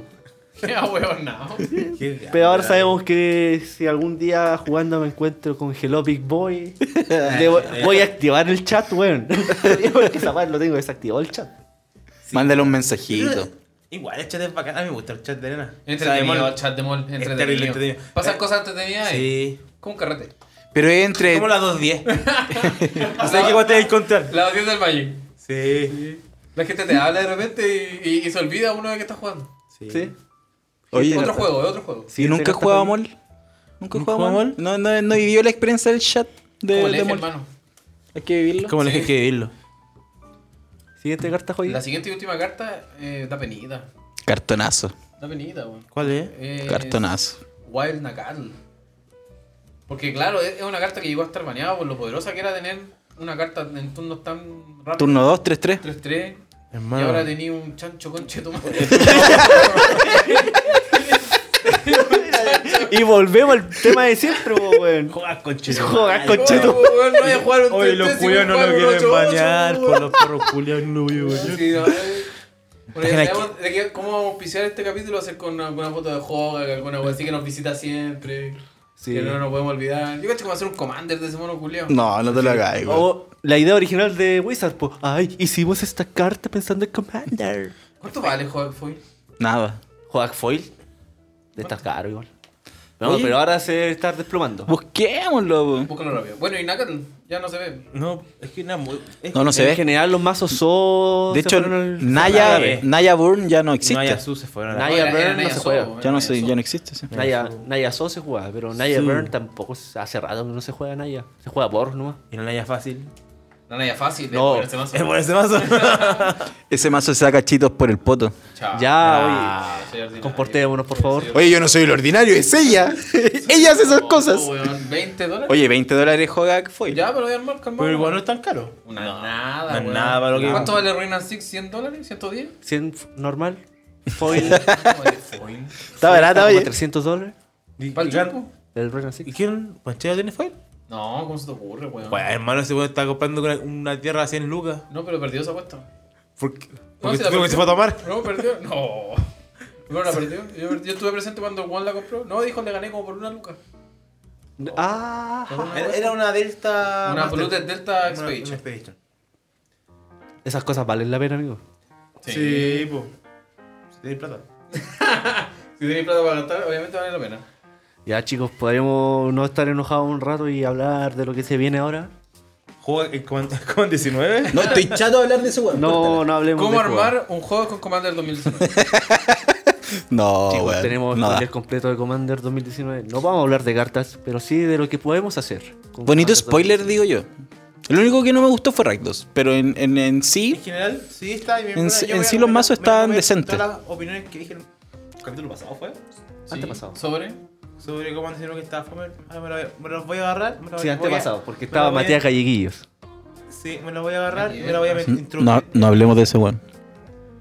Ya, weón, no. Qué Pero ahora grave. sabemos que si algún día jugando me encuentro con Hello Big Boy, debo- voy a activar el chat, weón. Porque esa weá lo tengo desactivado el chat. Mándale un mensajito. Igual el chat es bacán. A mí me gusta el chat de arena. Entretenido, chat de mol. terrible, Entretenido. entretenido. Pasan Eh, cosas entretenidas y. Sí. Como un carrete. Pero entre. Como la 210. Así que igual te voy a encontrar. La audición del Magic. Sí. La gente te habla de repente y, y- y se olvida uno de que está jugando. ¿Sí? Oye, otro juego, es otro juego. Sí, ¿y nunca he sacaste jugado a Fabi. mol? ¿Nunca he jugado a mol? No, no, no vivió la experiencia del chat de, Como el de eje, mol. hermano. Hay que vivirlo. Como le dije que vivirlo. Siguiente carta, Joy. La siguiente y última carta eh, da penita. Cartonazo. Da penita, weón. ¿Cuál es? Eh, Cartonazo. Wild Nakal. Porque claro, es es una carta que llegó a estar baneada por lo poderosa que era tener una carta en turnos tan rápidos. Turno 2, 3, 3. 3-3. Y Hermano. ahora tenía un chancho conche tu madre. Y volvemos al tema de siempre, po, weón. Joder, conche. Joder, No, conchetum- weón, no voy a jugar un Oye, los 3-3, si culiados voy a no lo jugar un quieren 8-8, bañar. weón. Por los perros culiados no voy a bañar. Sí, no, eh. Bueno, ya Imagina sabemos de qué- ¿Cómo vamos a auspiciar este capítulo? Va a ser con alguna foto de Hoga, alguna cosa así que nos visita siempre. Sí. Que no nos podemos olvidar. Yo cacho que va a ser un commander de ese mono culiao. No, no te lo hagas, güey. O la idea original de Wizard, po. Ay, hicimos esta carta pensando en Commander. ¿Cuánto vale Hoga Foil? Nada. Joder, Foil. De estar caro igual. No, pero ahora se está desplomando. Busquémoslo, güey. Búscalo rápido. Bueno, y Nakatl, ya no se ve. No, es que nada, mu- es No, no se en ve. general, los mazos son. De se hecho, fueron al- Naya, Eh. Naya Burn ya no existe. No hay azul, se fueron a la- Naya Ahora, Burn era no Naya se Soul, juega. era Ya no, Naya se, Soul. ya no existe. sí. Naya, Naya So se jugaba, pero Naya Sí. Burn tampoco se- hace rato que no se juega Naya. Se juega por nomás. Y no Naya fácil. La Naya fácil. No. No. Más Es por ese mazo. Ese mazo se saca chitos por el poto. Chao. Ah, Ya, Sí, soy oye. ordinario. Comportémonos, por favor. Sí, Oye, yo no soy el ordinario, es ella. ella hace esas Oh, cosas. weón, 20 dólares. Oye, 20 dólares juega que fue. Ya, pero voy a armar, calmado. Pero igual no es tan caro. Una nada, No es weón. nada para lo que- ¿Cuánto vale Ruina Six? ¿100 dólares? ¿110? 100 f- normal. Foil. Está barata, como oye. 300 dólares. ¿Y, ¿Para el gan- chumpo? El Renan Six. ¿Y quién? Pues ¿Panchero tiene foil? No, ¿cómo se te ocurre, weón? Bueno, Pues, hermano, ese weón está comprando una, una tierra a 100 lucas. No, pero perdió esa apuesta. ¿Por qué? No, Porque si la porque perdió. se fue a tomar. No, perdió. No. No la perdió. Yo, yo estuve presente cuando Juan la compró. No, dijo, le gané como por una luca. Ah, Era, era una Delta. Una Master. Blue Delta Una- una Expedition. Expedition. esas cosas valen la pena, amigo. Sí. Sí, po. Si tenés plata. Si tenéis plata para gastar, obviamente vale la pena. Ya, chicos, podríamos no estar enojados un rato y hablar de lo que se viene ahora. Juega eh, en con, con 19. No, estoy chato de hablar de ese weón. No, no hablemos ¿Cómo de juego. armar un juego con Commander 2019? No, Chicos, Oh, weón, tenemos no el da. spoiler completo de Commander 2019. No vamos a hablar de cartas, pero sí de lo que podemos hacer. con Bonito Commander spoiler, 2019. digo yo. Lo único que no me gustó fue Rakdos, pero en, en, en sí, En general, sí está. En sí- en sí los mazos estaban decentes. Todas las opiniones que dije en el capítulo pasado fue Sí. Antepasado. ¿Sobre? sobre cómo decirlo que estaba fome. Ahora me, lo- me los voy a agarrar. Me los Sí, voy a- antepasado, porque me estaba los voy a- Matías Galleguillos. Sí, me los voy a agarrar. Me los voy a meter- no, introducir. no hablemos de ese weón.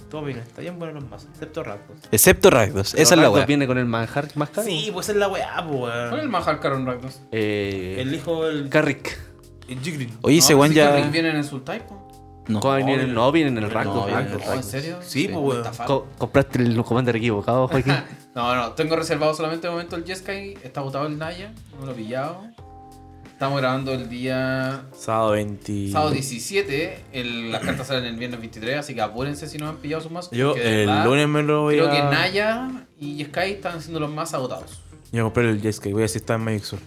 Todo bien, está bien bueno los mazos, excepto Raptors. Excepto Rakdos, esa es la Orlando weá. viene con el manjar más caro? Sí, pues es la weá, po, ¿Cuál es el weón. Mahal Caron Rakdos? Eh, El hijo del. Carrick. El Jigrin. Oye, ese No, weón si que ya. ¿Vienen en su typo? No. Co- viene en- No, viene en el rango. viene en blanco. el ¿En serio? Sí, pues, weón. estafaron. Co- compraste el commander equivocado, Joaquín. No, no, tengo reservado solamente de momento el Jeskai. Está agotado el Naya, no lo he pillado. Estamos grabando el día Sábado 20. sábado 17. el- las cartas salen el viernes 23, así que apúrense si no han pillado sus mazos. Yo porque de el verdad, lunes me lo voy Creo a. que Naya y Jeskai están siendo los más agotados. Yo compré el Jeskai, voy a ver si está en Magic Sur.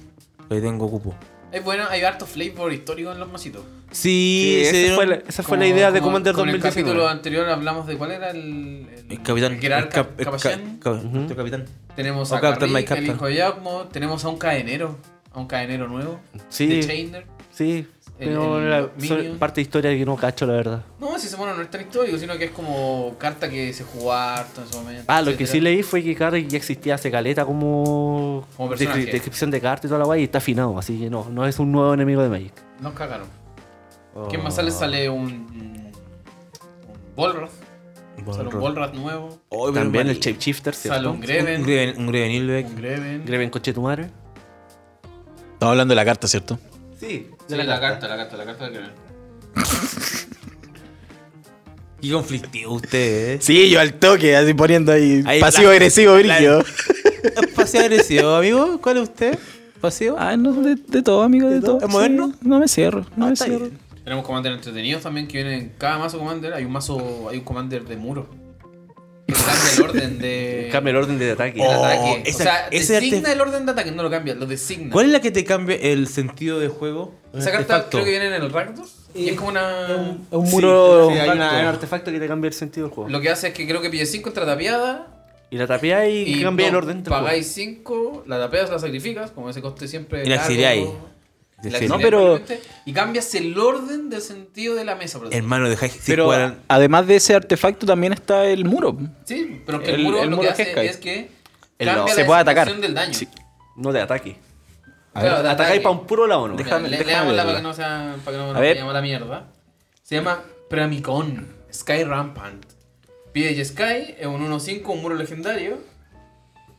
Ahí tengo cupo. Es Eh, bueno, hay harto flavor histórico en los macitos. Sí, esa, se dieron- fue la, esa fue la Como- idea de como Commander con el capítulo 2019. anterior hablamos de cuál era el. El capitán. que era el cap- el Capachan. ca- ca- Ujú. nuestro capitán. Tenemos O a Captain, Carrick, my Captain. el hijo de Yagmo, tenemos a un cadenero, a un cadenero nuevo, de Sí, Chainer. sí. El- Pero el la- so- Minion. parte de historia que no cacho, la verdad. No, si se mono no es tan histórico, sino que es como carta que se jugaba harto en su momento. Ah, lo que sí etcétera. leí fue que Carrick ya existía hace caleta como, Como descri- personaje. descripción de carta y toda la guay y está afinado, así que no, no es un nuevo enemigo de Magic. Nos cagaron. Oh. ¿Quién más sale? Sale un. un Volroth. Sale un Volroth nuevo. Oh, pero También mal- el Shape Shifter, Sale un Un Greven. Greven- Un Grevenilbeck. Un Greven. Greven coche tu madre. Estamos hablando de la carta, ¿cierto? Sí, Sí, la carta, la carta, la carta del Greven. Qué conflictivo usted, eh. Sí, yo al toque, así poniendo ahí. Ahí Pasivo-agresivo, brillo. ¿Pasivo agresivo, amigo? ¿Cuál es usted? ¿Pasivo? Ah, no, de, de todo, amigo, de, todo. Ah, todo? ¿Es moderno? Sí, no me cierro, no me está cierro. bien. Tenemos Commander entretenidos también que vienen en cada mazo Commander. Hay un mazo, hay un Commander de muro. Que cambia el orden de. Cambia el orden de ataque. del Oh, ataque. esa- o sea, ese arte- designa el orden de ataque, no lo cambia, lo designa. ¿Cuál es la que te cambia el sentido de juego? Esa carta creo que viene en el Rakdos. Y es como una. Es un muro. Sí, hay una- hay un artefacto que te cambia el sentido del juego. Lo que hace es que creo que pille 5 entre tapiada Y la tapia y, y cambia no, el orden del juego. pagáis 5, la tapeas, la sacrificas, como ese coste siempre. Y la largo. exiliáis. La Sí. que No, se pero- le permite, Y cambias el orden del sentido de la mesa, por ejemplo. Hermano, dejáis si Pero jugaran- además de ese artefacto también está el muro. Sí, pero que el, El- muro el lo muro que que hace cae. es que El- cambia se la puede atacar. distribución del daño. Sí. No te ataque. A ver, Claro, de Atacáis ataque. para un puro lado, ¿no? Mira, Déjame- le, déjame leámosla para verla. que no sea para que no A nos ver. vayamos a la mierda. Se llama Pramicon, Sky Rampant. PH Sky es un 1-5, un muro legendario.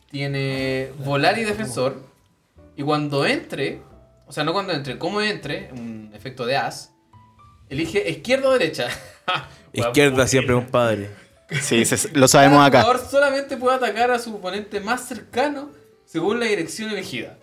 Tiene volar y defensor. Y cuando entre, o sea, no cuando entre, como entre, un efecto de as, elige izquierda o derecha. Izquierda siempre un padre. Sí, se- lo sabemos Cada acá. jugador solamente puede atacar a su oponente más cercano según la dirección elegida.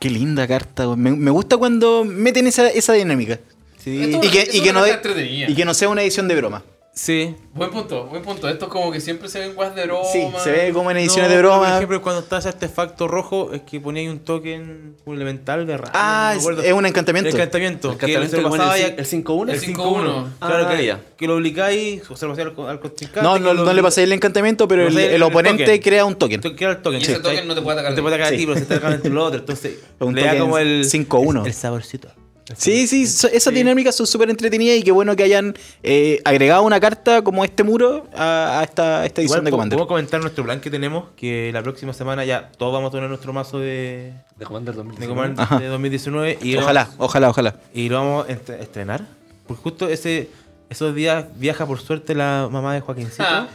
Qué linda carta. güey. Me, me gusta cuando meten esa, esa dinámica. Esto- Y que, esto y es que una no carta de- entretenida. y que no sea una edición de broma. Sí. Buen punto, buen punto. Esto como que siempre se ven guas de broma. Sí, se ve como en ediciones Oh, No, de pero broma. Por ejemplo, cuando está ese artefacto rojo, es que ponía ahí un token complemental de raro. Ah, no me es, acuerdo. es un encantamiento. El encantamiento. El encantamiento, que se lo el bueno, pasaba el ya- cin- el 5-1. El El 5-1. 5-1. Claro, Ah, que, ya. que lo obligáis, o se lo pasé al, al contrincante. No, que no, lo no le obliga- pasé el encantamiento, pero Le el, pasáis el- el el obligaste token. crea un token. Tú- que era el token. Y ese sí, token ¿cachai? no te puede atacar No te puede a ti. atacar a ti, Sí. pero se está atacando entre el otro. Entonces, Un le da token como el 5-1. El saborcito. Sí, sí, so- esas dinámicas son súper entretenidas y qué bueno que hayan eh, agregado una carta como este muro a, a esta, a esta edición Igual, de po- Commander. Puedo comentar nuestro plan que tenemos, que la próxima semana ya todos vamos a tener nuestro mazo de, De Commander de 2019. Commander Ajá. de 2019 y Ojalá, ojalá, ojalá. Y lo vamos a est- estrenar. Porque justo ese, esos días viaja por suerte la mamá de Joaquincito. Ah.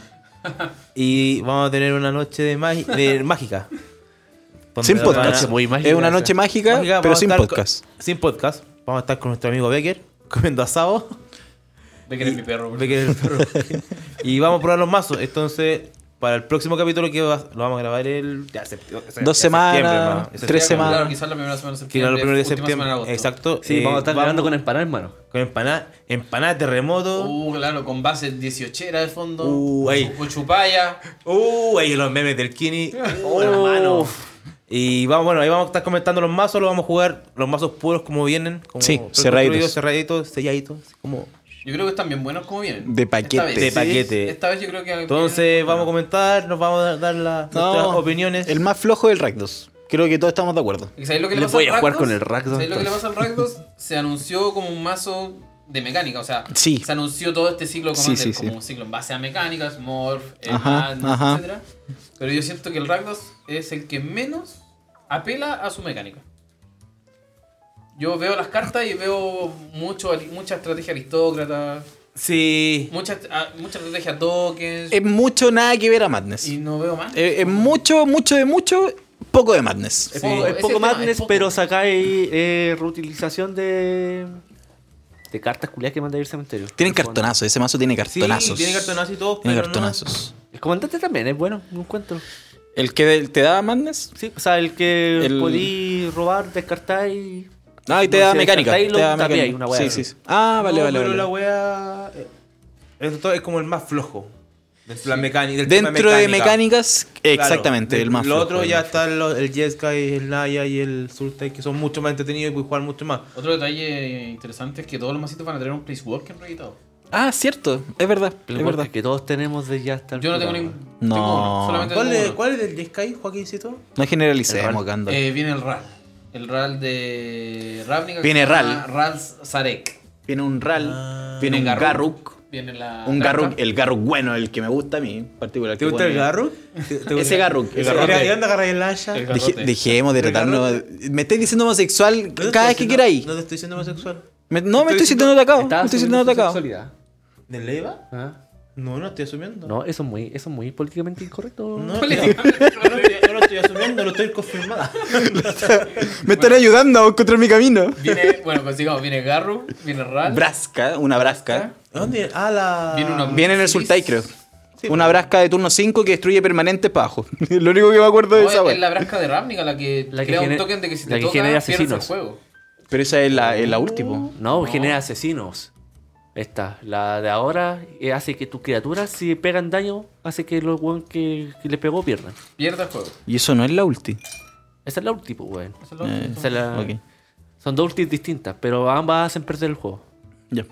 Y vamos a tener una noche de, magi- de mágica. Donde Sin la- podcast. la- es una noche mágica, Mágica, pero vamos a sin estar podcast. co- sin podcast. Vamos a estar con nuestro amigo Becker comiendo asado. Ve que eres mi perro. güey. Becker el perro. y vamos a probar los mazos. Entonces, para el próximo capítulo que va- lo vamos a grabar el. ya, sept- o sea, Dos ya semanas, septiembre, hermano. Es tres septiembre. semanas. Claro, quizás la primera semana de septiembre. Final del primero de última semana septiembre. de agosto. Exacto. Sí, Eh, vamos a estar grabando con empanada, hermano. Con empanada, empanada de terremoto. Uh, claro, con base 18 de fondo. Uh, ahí. Con chupalla. Uh, ahí los memes del Kini. Oh, hermano. Y vamos, bueno, ahí vamos a estar comentando los mazos, los vamos a jugar, los mazos puros como vienen, como Sí, preconstruidos, cerraditos. cerraditos, selladitos, así como. Yo creo que están bien buenos como vienen. De Esta paquete. vez. De paquete. Esta vez yo creo que. Entonces vamos a comentar, nos vamos a dar las nuestras No, opiniones. El más flojo del Rakdos. Creo que todos estamos de acuerdo. ¿Y ¿Sabéis lo que le, Le pasa voy al a jugar Rakdos? con el Rakdos, ¿Sabéis lo que le pasa al Rakdos? Se anunció como un mazo de mecánica, o sea, Sí. se anunció todo este ciclo Sí, Commander sí, sí. como un ciclo en base a mecánicas, Morph, Ajá, ajá. etc. Pero yo siento que el Rakdos es el que menos apela a su mecánica. Yo veo las cartas y veo mucho, mucha estrategia aristócrata, Sí. mucha, ah, mucha estrategia tokens, Es mucho nada que ver a Madness. y Es, no veo eh, más. es mucho, mucho de mucho, poco de Madness. Es Sí. poco, es Ese poco tema, madness, es poco. pero sacáis eh, reutilización de. de cartas culiadas que mandáis al cementerio. Tienen Al fondo. cartonazos, ese mazo tiene Sí, cartonazos. tiene cartonazos y todo. Tiene pero cartonazos. El comandante también es bueno, no encuentro. ¿El que de- te da Madness? Sí, o sea, el que El- podí robar, descartar y. Ah, y te No, da si mecánica. descartáis te lo- da también mecánica. hay una wea, sí, ¿no? sí, sí. Ah, No, vale, vale. Pero vale. la wea. eh, esto todo es como el más flojo. Dentro, de la mecánica, del tema Dentro de mecánica. mecánicas, Claro. exactamente, De- el más Lo flojo, otro el ya más está lo- el Jeskai, el Naya y el Sultai, que son mucho más entretenidos y puedes jugar mucho más. Otro detalle interesante es que todos los masitos van a tener un Place Walker reeditado. flojo. Ah, cierto, es verdad, El es golpe verdad. que todos tenemos de ya hasta el Yo no tengo programa. ningún. No. tengo uno, solamente ¿Cuál tengo es, uno. ¿Cuál es el Jeskai, Joaquincito? No El generalicemos, RAL. Gandalf. Eh, viene el RAL. El RAL de Ravnica. Viene que se RAL. llama RAL Zarek. viene un RAL, Ah. viene un Viene Garruk. Viene la. Un carta. Garruk, el Garruk bueno, el que me gusta a mí en particular. ¿Te que gusta el pone- Garruk? Ese Garruk. El ese Garruk. Garruk. ¿Y dónde agarras el Asha? El No Deje- garrote. dejemos de El tratarnos. Me estáis diciendo homosexual te cada vez estoy que diciendo- queráis. No te estoy diciendo homosexual. Me- No, me estoy estoy sintiendo diciendo- atacado. Estaba Me estoy sintiendo asumiendo tu atacado. sexualidad. ¿De Leva? Ah, No, no estoy asumiendo. No, eso es muy, eso es muy políticamente incorrecto. No, no, no, no lo estoy asumiendo, lo estoy confirmando. Me están ayudando a encontrar mi camino. Viene, bueno, consigamos. Viene Garruk, viene RAL. Brasca, una brasca. ¿Dónde? Ah, la. Viene una- Viene en el Sí, Sultai, creo. sí, Una brasca de turno 5 que destruye permanentes para abajo. Lo único que me acuerdo No, de es, esa es wea. la brasca de Ravnica la que, La que crea un genera- token de que si la te que toca genera pierdes el asesinos. juego. Pero esa es la, es la última. No, No. genera asesinos. Esta, la de ahora, eh, hace que tus criaturas, si pegan daño, hace que los weón que, que le pegó pierdan. Pierde el juego. Y eso no es la ulti. Esa es la ulti, pues, weón. Eso es lo Eh, Esa es la- Ok. Son dos ultis distintas, pero ambas hacen perder el juego. Ya.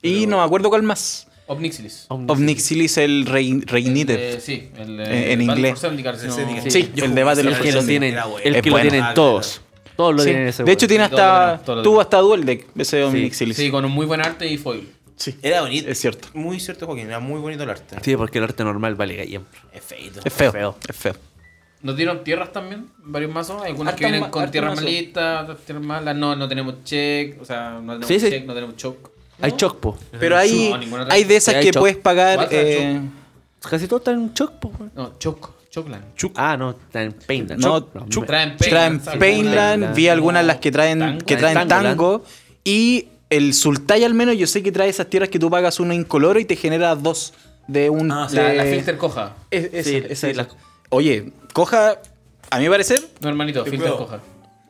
Y no me acuerdo cuál más. Omnixilis. Omnixilis el rei- Eh, Reignited. sí, el, Eh, En- en inglés. Sí, Sí, el de Battle El of que lo Helsinki. tienen, Era bueno. el Es que lo bueno. tienen todos. Todos lo Sí. tienen ese De hecho, weón. tiene Todo lo hasta. tienen, todo lo Tuvo tienen. hasta Duel Deck ese Omnic Silis. Sí, con un muy buen arte y foil. Sí. Era bonito. Es cierto. Muy cierto, Joaquín. Era muy bonito el arte. Sí, porque el arte normal vale gallem. Es feito. Es feo. Feo. Es feo. Nos dieron tierras también, varios mazos. Hay algunos que Harta vienen ma- con harta tierras mazo. malitas, otras tierras malas. No, no tenemos check, o sea, no tenemos Sí, sí. check, no tenemos choc. Hay chocpo. Pero hay, No, ninguna hay de Sí, esas hay que choc. puedes pagar. Cuatro, eh, Casi todos están en chocpo, weón. No, choc, choclan. Ah, no, están en Painland. No, Chocpo. chup. Traen traen Painland, Painland. Painland. Vi algunas las que traen, Tango. que traen Traen Tango, tango. Y el Sultai, al menos, yo sé que trae esas tierras que tú pagas uno incoloro y te genera dos de un. Ah, La, de- Ah, la filter coja. Es- esa, Sí, esa, sí, esa. la- Oye, coja, a mi parecer, No, hermanito, filter puedo. coja.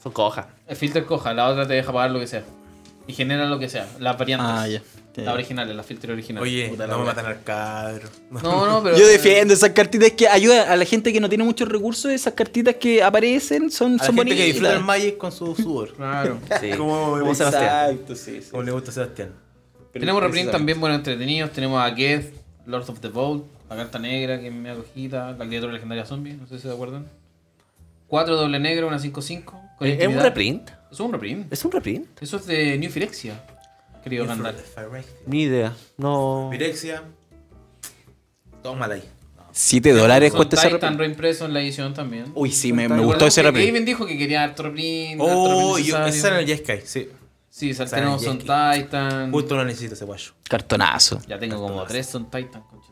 Son cojas. El filter coja, la otra te deja pagar lo que sea. Y genera lo que sea, las variantes. Ah, ya. Ya, ya. Las originales, las filter originales. Oye, Puta la no me wea. matan al cabro. No, no, pero. yo defiendo esas cartitas que ayudan a la gente que no tiene muchos recursos, esas cartitas que aparecen son, A la son gente que disfruta bonitas. el Magic con su sudor. Claro. Sí. Como, Como Sebastián. sí, sí. como le gusta a Sebastián. Tenemos reprints también buenos entretenidos. Tenemos a Geth, Lords of the Vault, la carta negra que es media cojita, la criatura legendaria zombie, no sé si se acuerdan. Cuatro doble negra, una 5-5. con Eh, ¿Es un intimidad. reprint? Es un reprint. ¿Es un reprint? Eso es de New Phyrexia, querido Randall. Ni idea. No. Virexia. Tómala ahí. 7 dólares Son cuesta ese Titan reprint. reimpreso en la edición también. Uy, sí, me, me Recuerda gustó ese que reprint. Gaben dijo que quería harto reprint. harto Oh, reprint yo, necesario. esa era el Jeskai, sí. Sí, saltemos esa era son el Titan. Justo lo necesito ese guayo. Cartonazo. Ya tengo como tres son Titan. concha.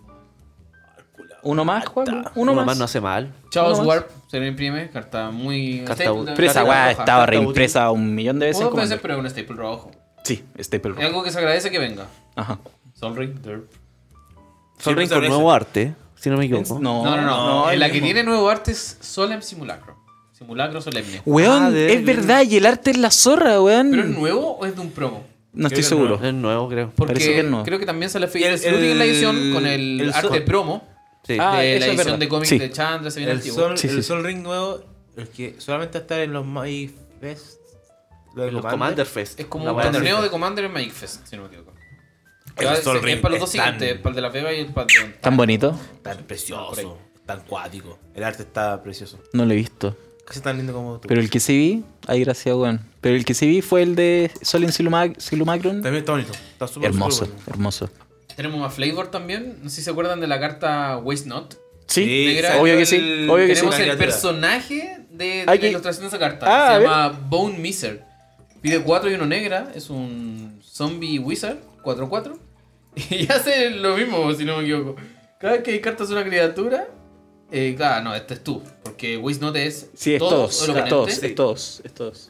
¿Uno más, Juan? Uno más no hace mal. Chaos más. Warp se reimprime, carta muy. Carta staple bu- de- Pero esa carta weá roja. estaba reimpresa un millón de veces. Pudo en veces, Commander. pero es un staple rojo. Sí, Staple Es Rock. algo que se agradece que venga. Ajá. Sol Ring, derp. Son Siempre con se nuevo arte, si no me equivoco. No, No, no, no. el la que mismo. tiene nuevo arte es Solemn Simulacro. Simulacro Solemne. Weón, Ah, de- es verdad, y el arte es la zorra, weón. ¿Pero es nuevo o es de un promo? Creo no que estoy es seguro. Es nuevo, creo. Porque Parece que es nuevo. creo que también sale el, El- en la edición con el, el arte Sol. promo Sí. Ah, de eso la es edición verdad. de cómics Sí. de Chandra, se viene El antiguo. Sol, Sí, sí, el sí. Sol Ring nuevo, el que solamente va a estar en los Magic Fest. Lo de Los Commander Fest. Es como La un weá de torneo Fest. de Commander en Magic Fest, si no me equivoco. El Es- Sol es Ring para los dos es tan- siguientes, para el de la Vega y el para el de- Tan bonito. Tan Por ahí. precioso, tan cuático. El arte está precioso. No lo he visto. Casi tan lindo como tú. Pero el que sí vi, ahí gracias, weón. Pero el que sí vi fue el de Sol en Siluma- Silumacron. También está bonito. Está súper Hermoso, súper bonito. hermoso. Tenemos más Flavor también. No sé si se acuerdan de la carta Waste Not. Sí, Sí, negra. obvio que sí. el- Obvio que sí. Tenemos la el criatura. personaje de, de Hay la que- ilustración de esa carta. Ah, a se ver. llama Bone Miser. Pide 4 y 1 negra. Es un zombie wizard. 4-4. Y hace lo mismo, si no me equivoco. Cada vez que descartas una criatura. Eh, claro, no, este es tú. Porque Wisnot es. Sí, es todos, o el es todos, oponente. es todos, es todos.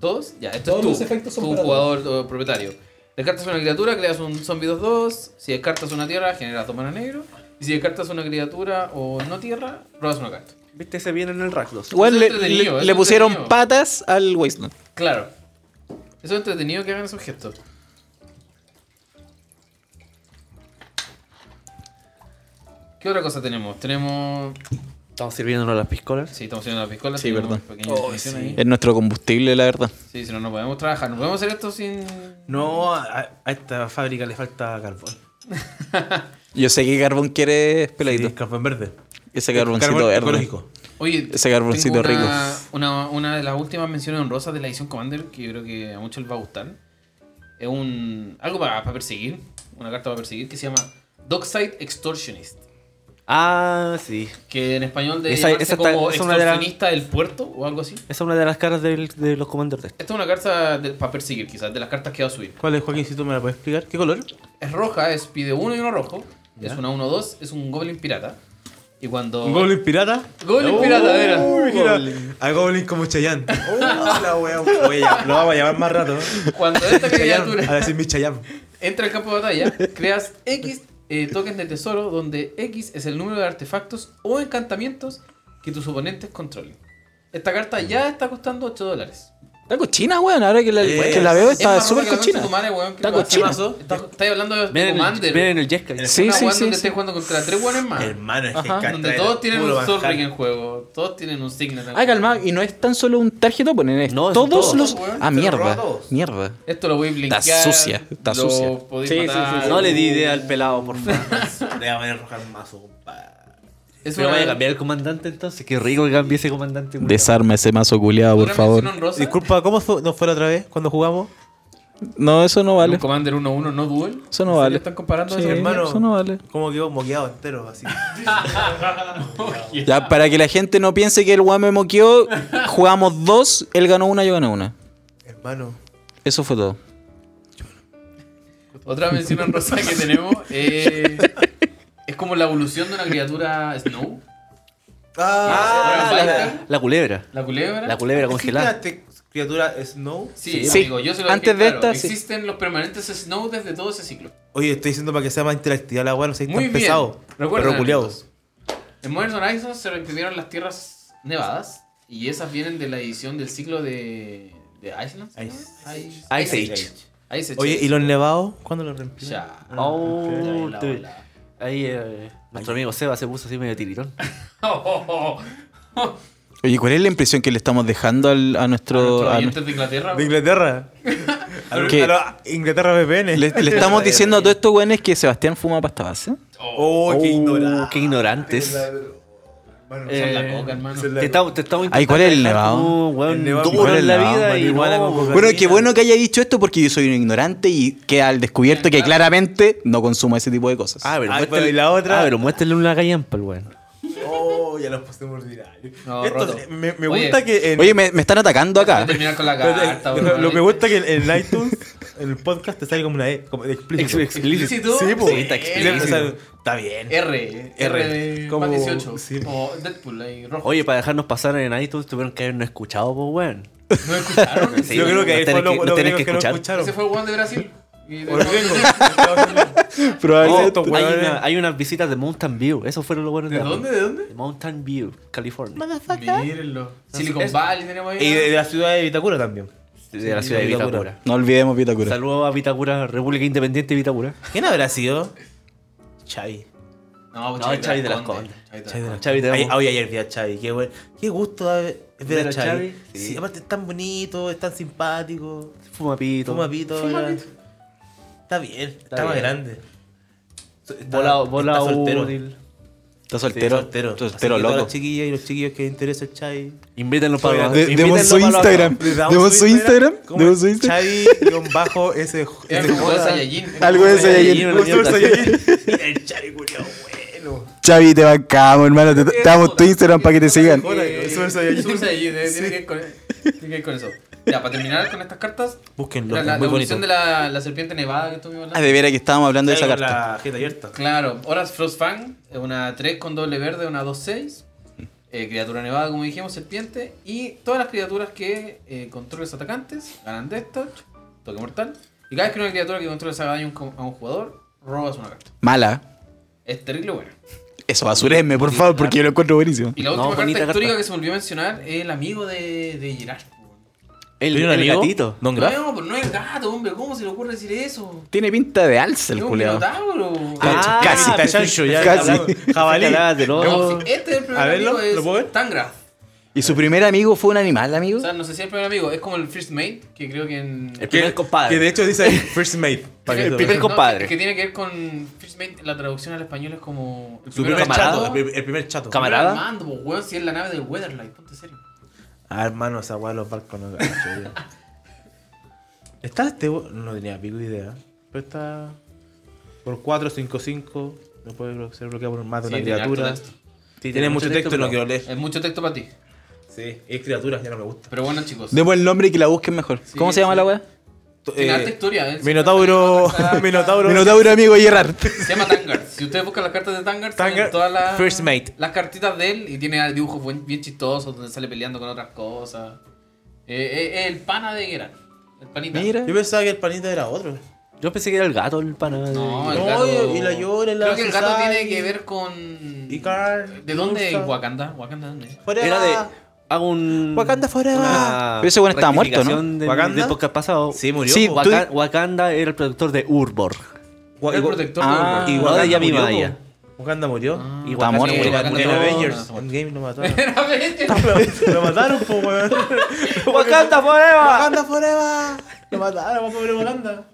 ¿Todos? Ya, esto es tú. tu jugador o propietario. Descartas una criatura, creas un zombie 2-2. Si descartas una tierra, generas dos manos negros. Y si descartas una criatura o no tierra, robas una carta. Viste ese bien en el Rack 2. Igual le, entretenido, le- eso es le pusieron entretenido. patas al Wasteland. Claro. Eso es entretenido que hagan esos gestos. ¿Qué otra cosa tenemos? Tenemos. Estamos sirviéndonos las piscolas. Sí, estamos haciendo las piscolas. Sí, tenemos verdad. una pequeña intervención ahí. Es nuestro combustible, la verdad. Sí, si no, no podemos trabajar. No podemos hacer esto sin. No, a, a esta fábrica le falta carbón. Yo sé que Carbón quiere peladito. Sí, carbón verde. Ese carboncito Carbón verde. ecológico. Oye, Ese carboncito tengo una, rico. Una, una de las últimas menciones honrosas de la edición Commander que yo creo que a muchos les va a gustar. Es un algo para, para perseguir, una carta para perseguir que se llama Dockside Extortionist, Ah, sí. que en español debe Esa- llamarse esa está- como es una de las- extorsionista del puerto o algo así. Esa es una de las caras del- de los Commander Fest. Esta es una carta de- para perseguir, quizás, de las cartas que va a subir. ¿Cuál es, Joaquín? Si tú me la puedes explicar. ¿Qué color? Es roja, es pide uno y uno rojo. Es una 1-2, es un Goblin Pirata. Y cuando. ¿Un Goblin pirata? Goblin ¡Oh! Pirata, era. Mira, a Goblin como Chayanne. la wea. Oye, ya, lo vamos a llamar más rato. Cuando esta Chayanne, a criatura. decir mi Chayanne. Entra al campo de batalla, creas X eh, tokens de tesoro, donde X es el número de artefactos o encantamientos que tus oponentes controlen. Esta carta ya está costando 8 dólares. Está cochina, weón. Ahora que la, Eh, que la veo, está más súper roja que la cochina. concha de tu madre, weón, que Está lo hace cochina. mazo. Está- Estáis hablando de Miren el, Commander. miren el Jeskai. Sí, una sí, weón sí, donde sí. estés jugando contra 3 weones más. Hermano, es que Ajá. Catra Donde era todos tienen puro un Soul manjar. Ring en juego. Todos tienen un signet. en Ah, juego. calmado. Y no es tan solo un tarjeto, ponen es No, son todos, todos. los. Weón, Ah, se lo mierda. roba todos. Mierda. Esto lo voy a blinkear. sucia, está lo sucia. podéis Sí, sí, sí, matar. sí. No le di idea al pelado, por favor. Le voy a poner roja al mazo, compadre. Es Pero una- vaya a cambiar el comandante entonces. Qué rico que cambie ese comandante. weón. Desarma ese mazo culiado, por ¿Una favor. mención honrosa? Disculpa, ¿cómo fue- nos fue la otra vez cuando jugamos? No, eso no ¿Un vale. Commander 1-1 no duel? Eso no ¿En serio vale. ¿Están comparando Sí, eso? hermano. eso no vale. Como quedó moqueado entero, así. Ya, para que la gente no piense que el weón me moqueó, jugamos dos, él ganó una, yo gané una. hermano. Eso fue todo. Otra mención honrosa que tenemos eh, es como la evolución de una criatura Snow. Ah, la, La culebra. la culebra. La culebra congelada. este criatura Snow. Sí, Sí. amigo, yo se lo Antes dije, de claro, esta, sí. Existen los permanentes Snow desde todo ese ciclo. Oye, estoy diciendo para que sea más interactiva la weá, no sé, Muy tan bien. pesado. Recuerden, Pero culiado. amigos. En Modern Horizons se reimprimieron las tierras nevadas y esas vienen de la edición del ciclo de, de Iceland. ¿no? Ice- Ice, Ice Age. Ice Age. Oye, ¿y los nevados? ¿Cuándo los reemplazan? Ya. Oh, La, la, te- la. Ahí eh, nuestro amigo Seba se puso así medio tiritón. Oh, oh, oh. Oye, ¿cuál es la impresión que le estamos dejando al- a nuestro... Nuestros a oyentes de Inglaterra. ¿De Inglaterra? A lo- ¿Qué? a lo- Inglaterra VPN. le, le estamos diciendo a todos estos weones que Sebastián fuma pasta base. Oh, qué ignorante. Qué ignorantes. Son Eh, la coca, hermano. Te estamos, te estamos Ay, ¿cuál es el intentando dejar nevado? como, weón, El nevado, duro ¿cuál es en el la nevado? vida y no, Marihuana con weón. cocaína. Bueno, qué bueno que haya dicho esto porque yo soy un ignorante y queda al descubierto que claramente no consumo ese tipo de cosas. Ah, pero Ay, muéstrale- pero ¿y la otra? Ah, pero muéstrale una gallampa al weón. Oh, ya los pusimos virales. No, Esto- roto. me, me Oye. gusta que. eh, En, Oye, me, me están atacando Voy a acá. terminar con la espérate, carta, lo, weón. lo que me gusta que en, en iTunes, en el podcast, te sale como una E, como de explícito. Explícito. Sí, po. Sí, está explícito. O sea, está bien. R, R R de como- más 18. sí. Como Deadpool ahí, rojo. Oye, para dejarnos pasar en iTunes tuvieron que habernos escuchado, pues weón. ¿No escucharon? Sí, Yo creo que no ahí tenés fue lo, que- no lo tenés único que que no escuchar. escucharon. Ese fue el weón de Brasil. Y de- O el gringo. Estados Unidos. Oh, estos hay, weones. una- hay unas visitas de Mountain View. Eso fueron los buenos ¿De Apple. dónde? ¿De dónde? De Mountain View, California. Mírenlo. Silicon Valley tenemos ahí. Y de, de ¿no? la ciudad de Vitacura también. De la ciudad de Vitacura. Vitacura. No olvidemos Vitacura. Saludos a Vitacura, República Independiente de Vitacura. ¿Quién habrá sido? Chavi. No, No, pues Chavi Chavi de las Condes. Chavi de la- Chavi, te Ay, amo. ay, ayer vi a Chavi. Qué, buen- qué gusto da- ver a a Chavi. Chavi, Sí. sí. aparte es tan bonito, es tan simpático. Fuma pito. Toma pito. Fuma ya. pito. Está bien, está, bien. más grande. So- Está, Volado, volado. está soltero. útil. Está Sí, soltero. soltero. Está Así soltero, que todas loco. Las chiquillas y los chiquillos que les interesa el Chavi. Invítenlo para De- invítenlo para los- Le damos ¿Demos su Instagram? ¿Cómo ¿Demos es? su Instagram? Chavi guión bajo ese. Era ese- como de Saiyajin. Algo de Sí, Saiyajin. una Un Super mierda. Saiyajin. El Chavi culiao bueno. Chavi, te bancamos, hermano. Te, te damos tu Instagram para que te sigan. Hola, Super Saiyajin. Super Saiyajin, eh, tiene que ir con- tiene que ir con eso. Ya, para terminar con estas cartas, Búsquenlo, la, la, la muy bonito. evolución de la, la serpiente nevada que tú me Ah, de veras que estábamos hablando de esa Traigo carta. La jeta abierta. Claro, Horas Frostfang, es una 3 con doble verde, una 2-6. eh, criatura nevada, como dijimos, serpiente. Y todas las criaturas que eh, controles atacantes ganan Death Touch, toque mortal. Y cada vez que una criatura que controles haga daño a un co- a un jugador, robas una carta. Mala. Es terrible bueno. Eso basurenme, por favor, porque yo lo encuentro buenísimo. Y la No, última carta bonita carta. histórica que se volvió a mencionar es el amigo de, de Gerard. El, ¿Tiene un el amigo? ¿Eh? gatito. Don Graf. No, pero no es gato, hombre. ¿Cómo se le ocurre decir eso? Tiene pinta de alza el Es un culeado. minotauro. Ah, casi, Está pensé- Chancho, ya. Casi. hablamos. Jabalí. Caladas de lobo. No, sí, este es el primer A verlo, amigo, ¿lo puedo ver? es Tangra. ¿Y su primer amigo fue un animal, amigo? O sea, no sé si es el primer amigo, es como el first mate, que creo que en... El Que- primer compadre. Que de hecho dice ahí, First Mate. para que El lo primer vean. no, compadre. que tiene que ver con first mate, la traducción al español es como... El Su primer camarada. chato. El primer- el primer chato. Camarada. Armando, pues, weón, si es la nave del Weatherlight, ponte serio. Ah, hermano, esa weá de los barcos no cacho, yo. Está este we- No tenía pico idea. Pero está. Por 4, 5, 5. No puede blo- ser bloqueado por más de Sí, una tiene criatura. harto texto. Sí, tiene mucho texto y no quiero leer. Es mucho texto para ti. Sí, es criatura, ya no me gusta. Pero bueno, chicos. Demos el nombre y que la busquen mejor. Sí, ¿Cómo se llama sí. la weá? Eh, Tiene harta historia, ¿eh? Minotauro. Carta- Minotauro. Minotauro, amigo Gerard. Se llama Tangard. Si ustedes buscan las cartas de Tangard, salen Tangard, todas las, First Mate. las cartitas de él y tiene dibujos buen- bien chistosos donde sale peleando con otras cosas. Eh, eh, el pana de Gerard. El panita. Mira. Yo pensaba que el panita era otro. Yo pensé que era el gato el pana. de- No, el No, gato. y- y la llora, la Creo que el gato Susai. tiene que ver con. Y Carl, ¿De dónde? Gusta. Wakanda. Wakanda, ¿dónde? es? Fuera Era de. Hago un. Wakanda forever. una Pero ese weón estaba muerto, ¿no? rectificación del- Wakanda. Del podcast pasado. Sí, murió. Sí, po. tú- Waka- Wakanda era el productor de Urbor. Wa- El Wa- protector Ah, de Y no, Wakanda de Yami murió, Maya. po. Wakanda murió. Y Está Wakanda- muerto. eh, Wakanda En no, Avengers, no, no. Endgame lo mataron. Era bestia. lo, lo mataron, po, weón. Wakanda forever. Wakanda forever. Lo mataron, vamos a ver Wakanda.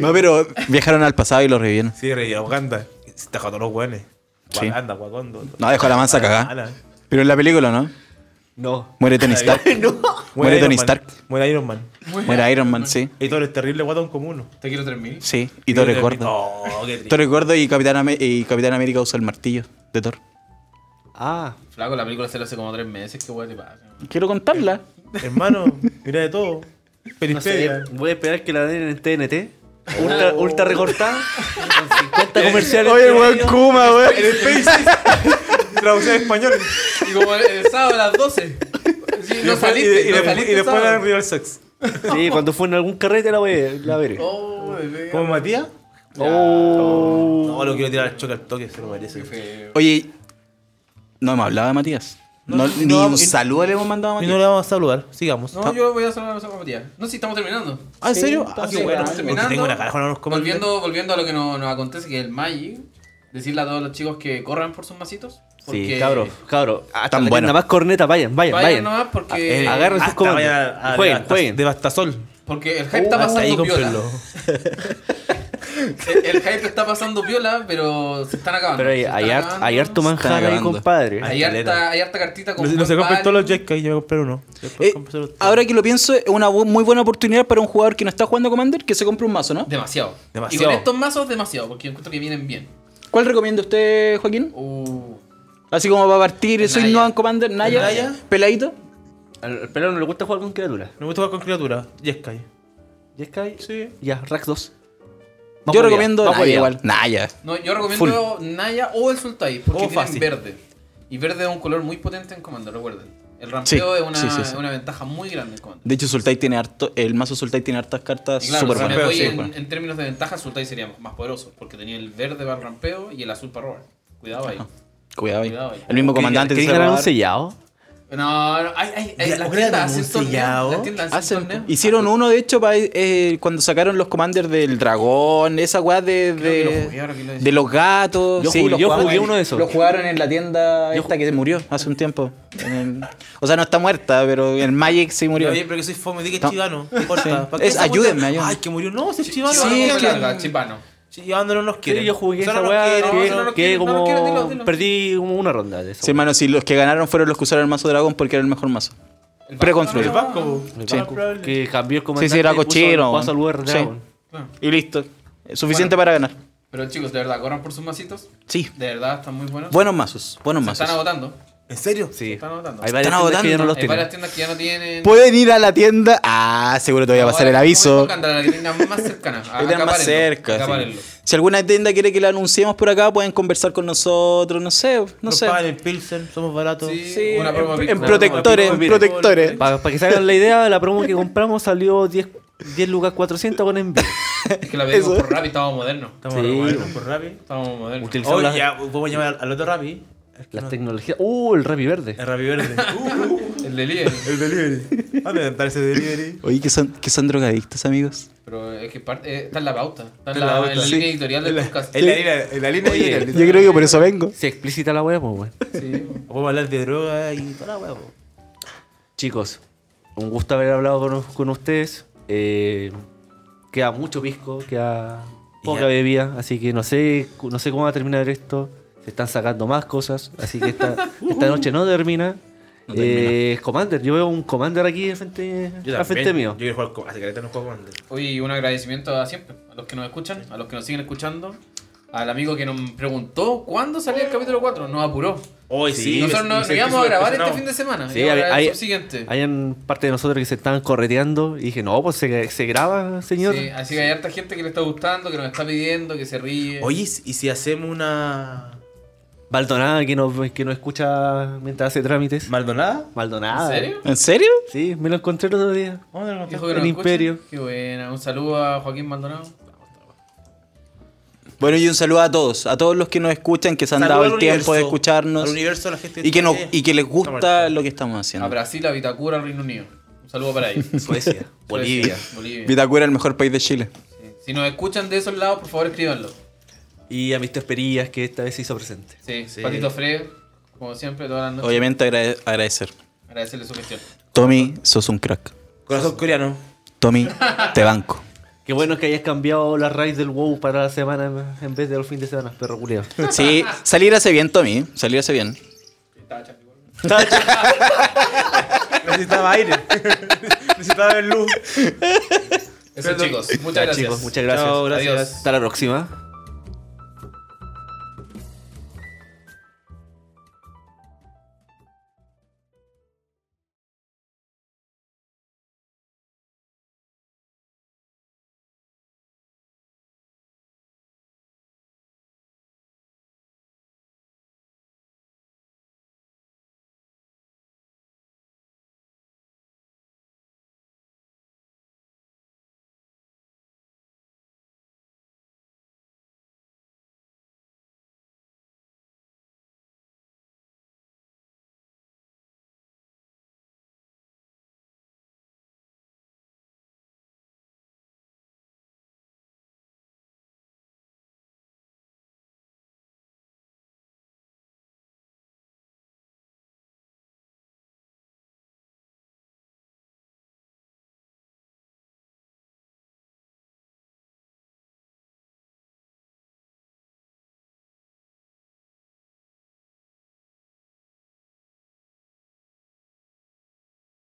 No, pero viajaron al pasado y lo revivieron. Sí, rey, a Wakanda. Se tajó a todos los weones. Sí. Wakanda, Wakanda. No, dejó a la mansa cagada. Pero en la película, ¿no? No. Muere Tony Stark. Muere Tony Stark. Muere Iron Man. Muere Iron Man, sí. Y todo el terrible guatón común. Te quiero 3000. Sí. Y Thor es gordo. Oh, qué triste. Thor es gordo y Capitán, Ame- y Capitán América usa el martillo de Thor. Ah, Flaco, la película se la hace como 3 meses. Qué guay te pasa. Quiero contarla. Hermano, mira de todo. no sé, Periferia. voy a esperar que la den en TNT. Ultra, ultra recortada. Con 50 comerciales. Este entre medio. Kuma, weón. El Spaces. Traducción en español. Y como el, el sábado a las 12. Sí, no saliste. y, no después- saliste y después el ganan sábado. Real Sex. Sí, cuando fue en algún carrete la veré. La veré. Oh, bebé. ¿Cómo Matías? Oh. No, lo quiero tirar al choque al toque, se lo merece. Qué feo. Oye, no hemos hablado de Matías. No, No, ni no, un y- saludo le hemos mandado Y a no Matías. le vamos a saludar, sigamos. No, yo voy a saludar a Matías. No, sí, estamos terminando. ¿Ah, en serio? Ah, Sí, qué bueno. estamos Porque tengo una cara con los comentarios. volviendo, volviendo a lo que nos, nos acontece, que es el Magic. Decirle a todos los chicos que corran por sus masitos. Porque Sí, cabro, cabro. Ah, Hasta la bueno. Nada más corneta, vayan, vayan, Vayan, vayan. nomás porque, Ah, eh, agarren sus Hasta comandos. vayan a- a Jueguen, Devasta- jueguen. Devastasol. porque el hype está Hasta Uh, ahí pasando viola. cómprenlo. El, el hype está pasando viola, pero se están acabando. Pero hay, se están hay, har- acabando. hay harto Están manjar ahí, acabando. compadre. Hay harta, hay harta cartita No, con. se- no se Juan compren todos Pali. los Jetkai, yo voy a comprar uno. Después Eh, compro otro. ahora que lo pienso, es una bu- muy buena oportunidad para un jugador que no está jugando Commander que se compre un mazo, ¿no? Demasiado. Demasiado. Y con estos mazos, demasiado, porque encuentro que vienen bien. ¿Cuál recomienda usted, Joaquín? Uh, Así como para partir, soy Naya. nuevo en Commander, Naya, Naya. peladito. Al al pelado no le gusta jugar con criaturas. Me gusta jugar con criaturas, Jeskai. ¿Ya Sky? Sí. Ya, Rax 2. Yo recomiendo Vamos Naya allá. igual. Naya. no, yo recomiendo Naya o el Sultai, porque O tienen fácil. verde. Y verde es un color muy potente en comando, recuerden. El rampeo Sí, es, una, sí, sí, sí. es una ventaja muy grande en comando. De hecho, Sultai tiene harto, el mazo Sultai tiene hartas cartas Y claro, súper si me buenas. voy Sí, en, bueno. en términos de ventaja, Sultai sería más poderoso, porque tenía el verde para el rampeo y el azul para robar. Cuidado ahí. Cuidado ahí. Cuidado ahí. El mismo comandante ¿Quieren se va a ganar un dar. sellado? No, no, hay, hay, hay- Ya, las ¿o tiendas graban hacen un torneos. sellado? Las tiendas hacen Hacen- torneos. hicieron uno, de hecho, pa- eh, cuando sacaron los commanders del dragón, esa weá de, Creo que de- lo jugué, ahora que lo decís. de los gatos. Yo jugué- los yo jugamos jugué en- uno de esos. Lo jugaron en la tienda Yo esta que se murió hace un tiempo. En el- o sea, no está muerta, pero en Magic sí murió. Oye, pero que soy fome, di que es No. chivano. no importa. ¿Para qué Es- esa ayúdenme, cuestión? ayúdenme. Ay, que murió. No, si es chivano. Chivano, Sí, no, es no, que- no, chivano. Chivano no nos quiere. Sí, yo jugué esa weá. weá quieren, que, no, no nos que quieren, no nos como... quieren, dilo, dilo. Perdí como una ronda de eso. Sí, hermano, si los que ganaron fueron los que usaron el mazo dragón porque era el mejor mazo. El Vasco Preconstruido. El Vasco. Ah, Sí. que cambió el Sí, comandante. sí, era y puso- cochero. puso al Uber Sí. Dragon. Claro. Y listo. Eh, Suficiente para ganar. Pero chicos, de verdad, corran por sus masitos. Sí. De verdad, están muy buenos. Buenos mazos. Buenos Se están mazos. agotando. ¿En serio? Sí. Están agotando. Hay varias tiendas Están que ya agotando. no los Hay varias tienen. tiendas que ya no tienen. Pueden ir a la tienda. Ah, seguro te voy a pasar el Ahora, aviso. como dijo Cándara, La tienda más cercana. Que tengan más acapárenlo, cerca. sí. acapárenlo. Si alguna tienda quiere que la anunciemos por acá, pueden conversar con nosotros, no sé, no Nos sé. pagan el Pilsen, somos baratos. Sí, Sí, una promo en, pic- en una protectores, promo en pic- protectores. Para que se hagan la idea, la promo que compramos salió 10, 10 lucas 400 con envío. promo pic. Es que la pedimos Eso. por Rappi, estábamos modernos. Estamos Sí. recuperando por Rappi. Estábamos modernos. Utilizamos Hoy las, ya podemos llamar al- al otro Rappi. Es que las no- tecnologías. ¡Uh! El Rapi Verde. El Rappi verde. Uh, El delivery. el delivery. Vamos a intentar ese delivery. Oye, que son, que son drogadictos, amigos. Pero es que parte, eh, está en la pauta. Está en Está en la, la en la pauta. línea editorial del podcast. En la línea, en la línea. Oye, editorial. Yo creo que por eso vengo. Se explícita la wea, pues, weón. Sí. Podemos hablar de droga y toda la weá. po. Chicos, un gusto haber hablado con, con ustedes. Eh, queda mucho pisco, queda poca Ya. bebida, así que no sé, no sé cómo va a terminar esto. Se están sacando más cosas, así que esta, esta noche no termina. Eh, Commander, yo veo un Commander aquí al frente, Yo al también. frente mío. Yo quiero jugar con. Hace caleta no juego con. Oye, y un agradecimiento a siempre, a los que nos escuchan, a los que nos siguen escuchando, al amigo que nos preguntó cuándo salía el capítulo 4, nos apuró. Pues Hoy Y nosotros nos íbamos a grabar este fin de semana. Sí, íbamos a hay- grabar el hay- subsiguiente. Hay en parte de nosotros que se estaban correteando y dije, no, pues se, se graba, señor. Sí, así que hay harta gente que le está gustando, que nos está pidiendo, que se ríe. Oye, ¿y si hacemos una. Maldonada, que nos, que nos escucha mientras hace trámites. ¿Maldonada? ¿En Maldonada. serio? Oh. ¿En serio? Sí, me lo encontré el otro día. ¿Dónde lo encontramos? Dijo que nos El escucha. Imperio. Qué buena. Un saludo a Joaquín Maldonado. Bueno, y un saludo a todos, a todos los que nos escuchan, que se han Saluda dado al el tiempo universo, de escucharnos Al universo, a la gente. y que, nos, y que les gusta Marta. lo que estamos haciendo. A Brasil, a Vitacura, al Reino Unido. Un saludo para ellos. Suecia, Bolivia. Bolivia. Vitacura, el mejor país de Chile. Sí. Si nos escuchan de esos lados, por favor escríbanlo. Y a Mr. Perillas, que esta vez se hizo presente. Sí, Sí. Patito Fred, como siempre, todas las noches. Obviamente agrade- agradecer. Agradecerle su gestión. Tommy, sos un crack. Corazón coreano. Tommy, te banco. Qué bueno que hayas cambiado las raids del WoW para la semana en vez del fin de semana, perro culiao. Sí, salir hace bien, Tommy. ¿eh? Salir hace bien. Estaba chapi, igual. Necesitaba aire. Necesitaba ver luz. Eso chicos, muchas Ya, gracias. chicos, muchas gracias. Chao, gracias. Hasta la próxima.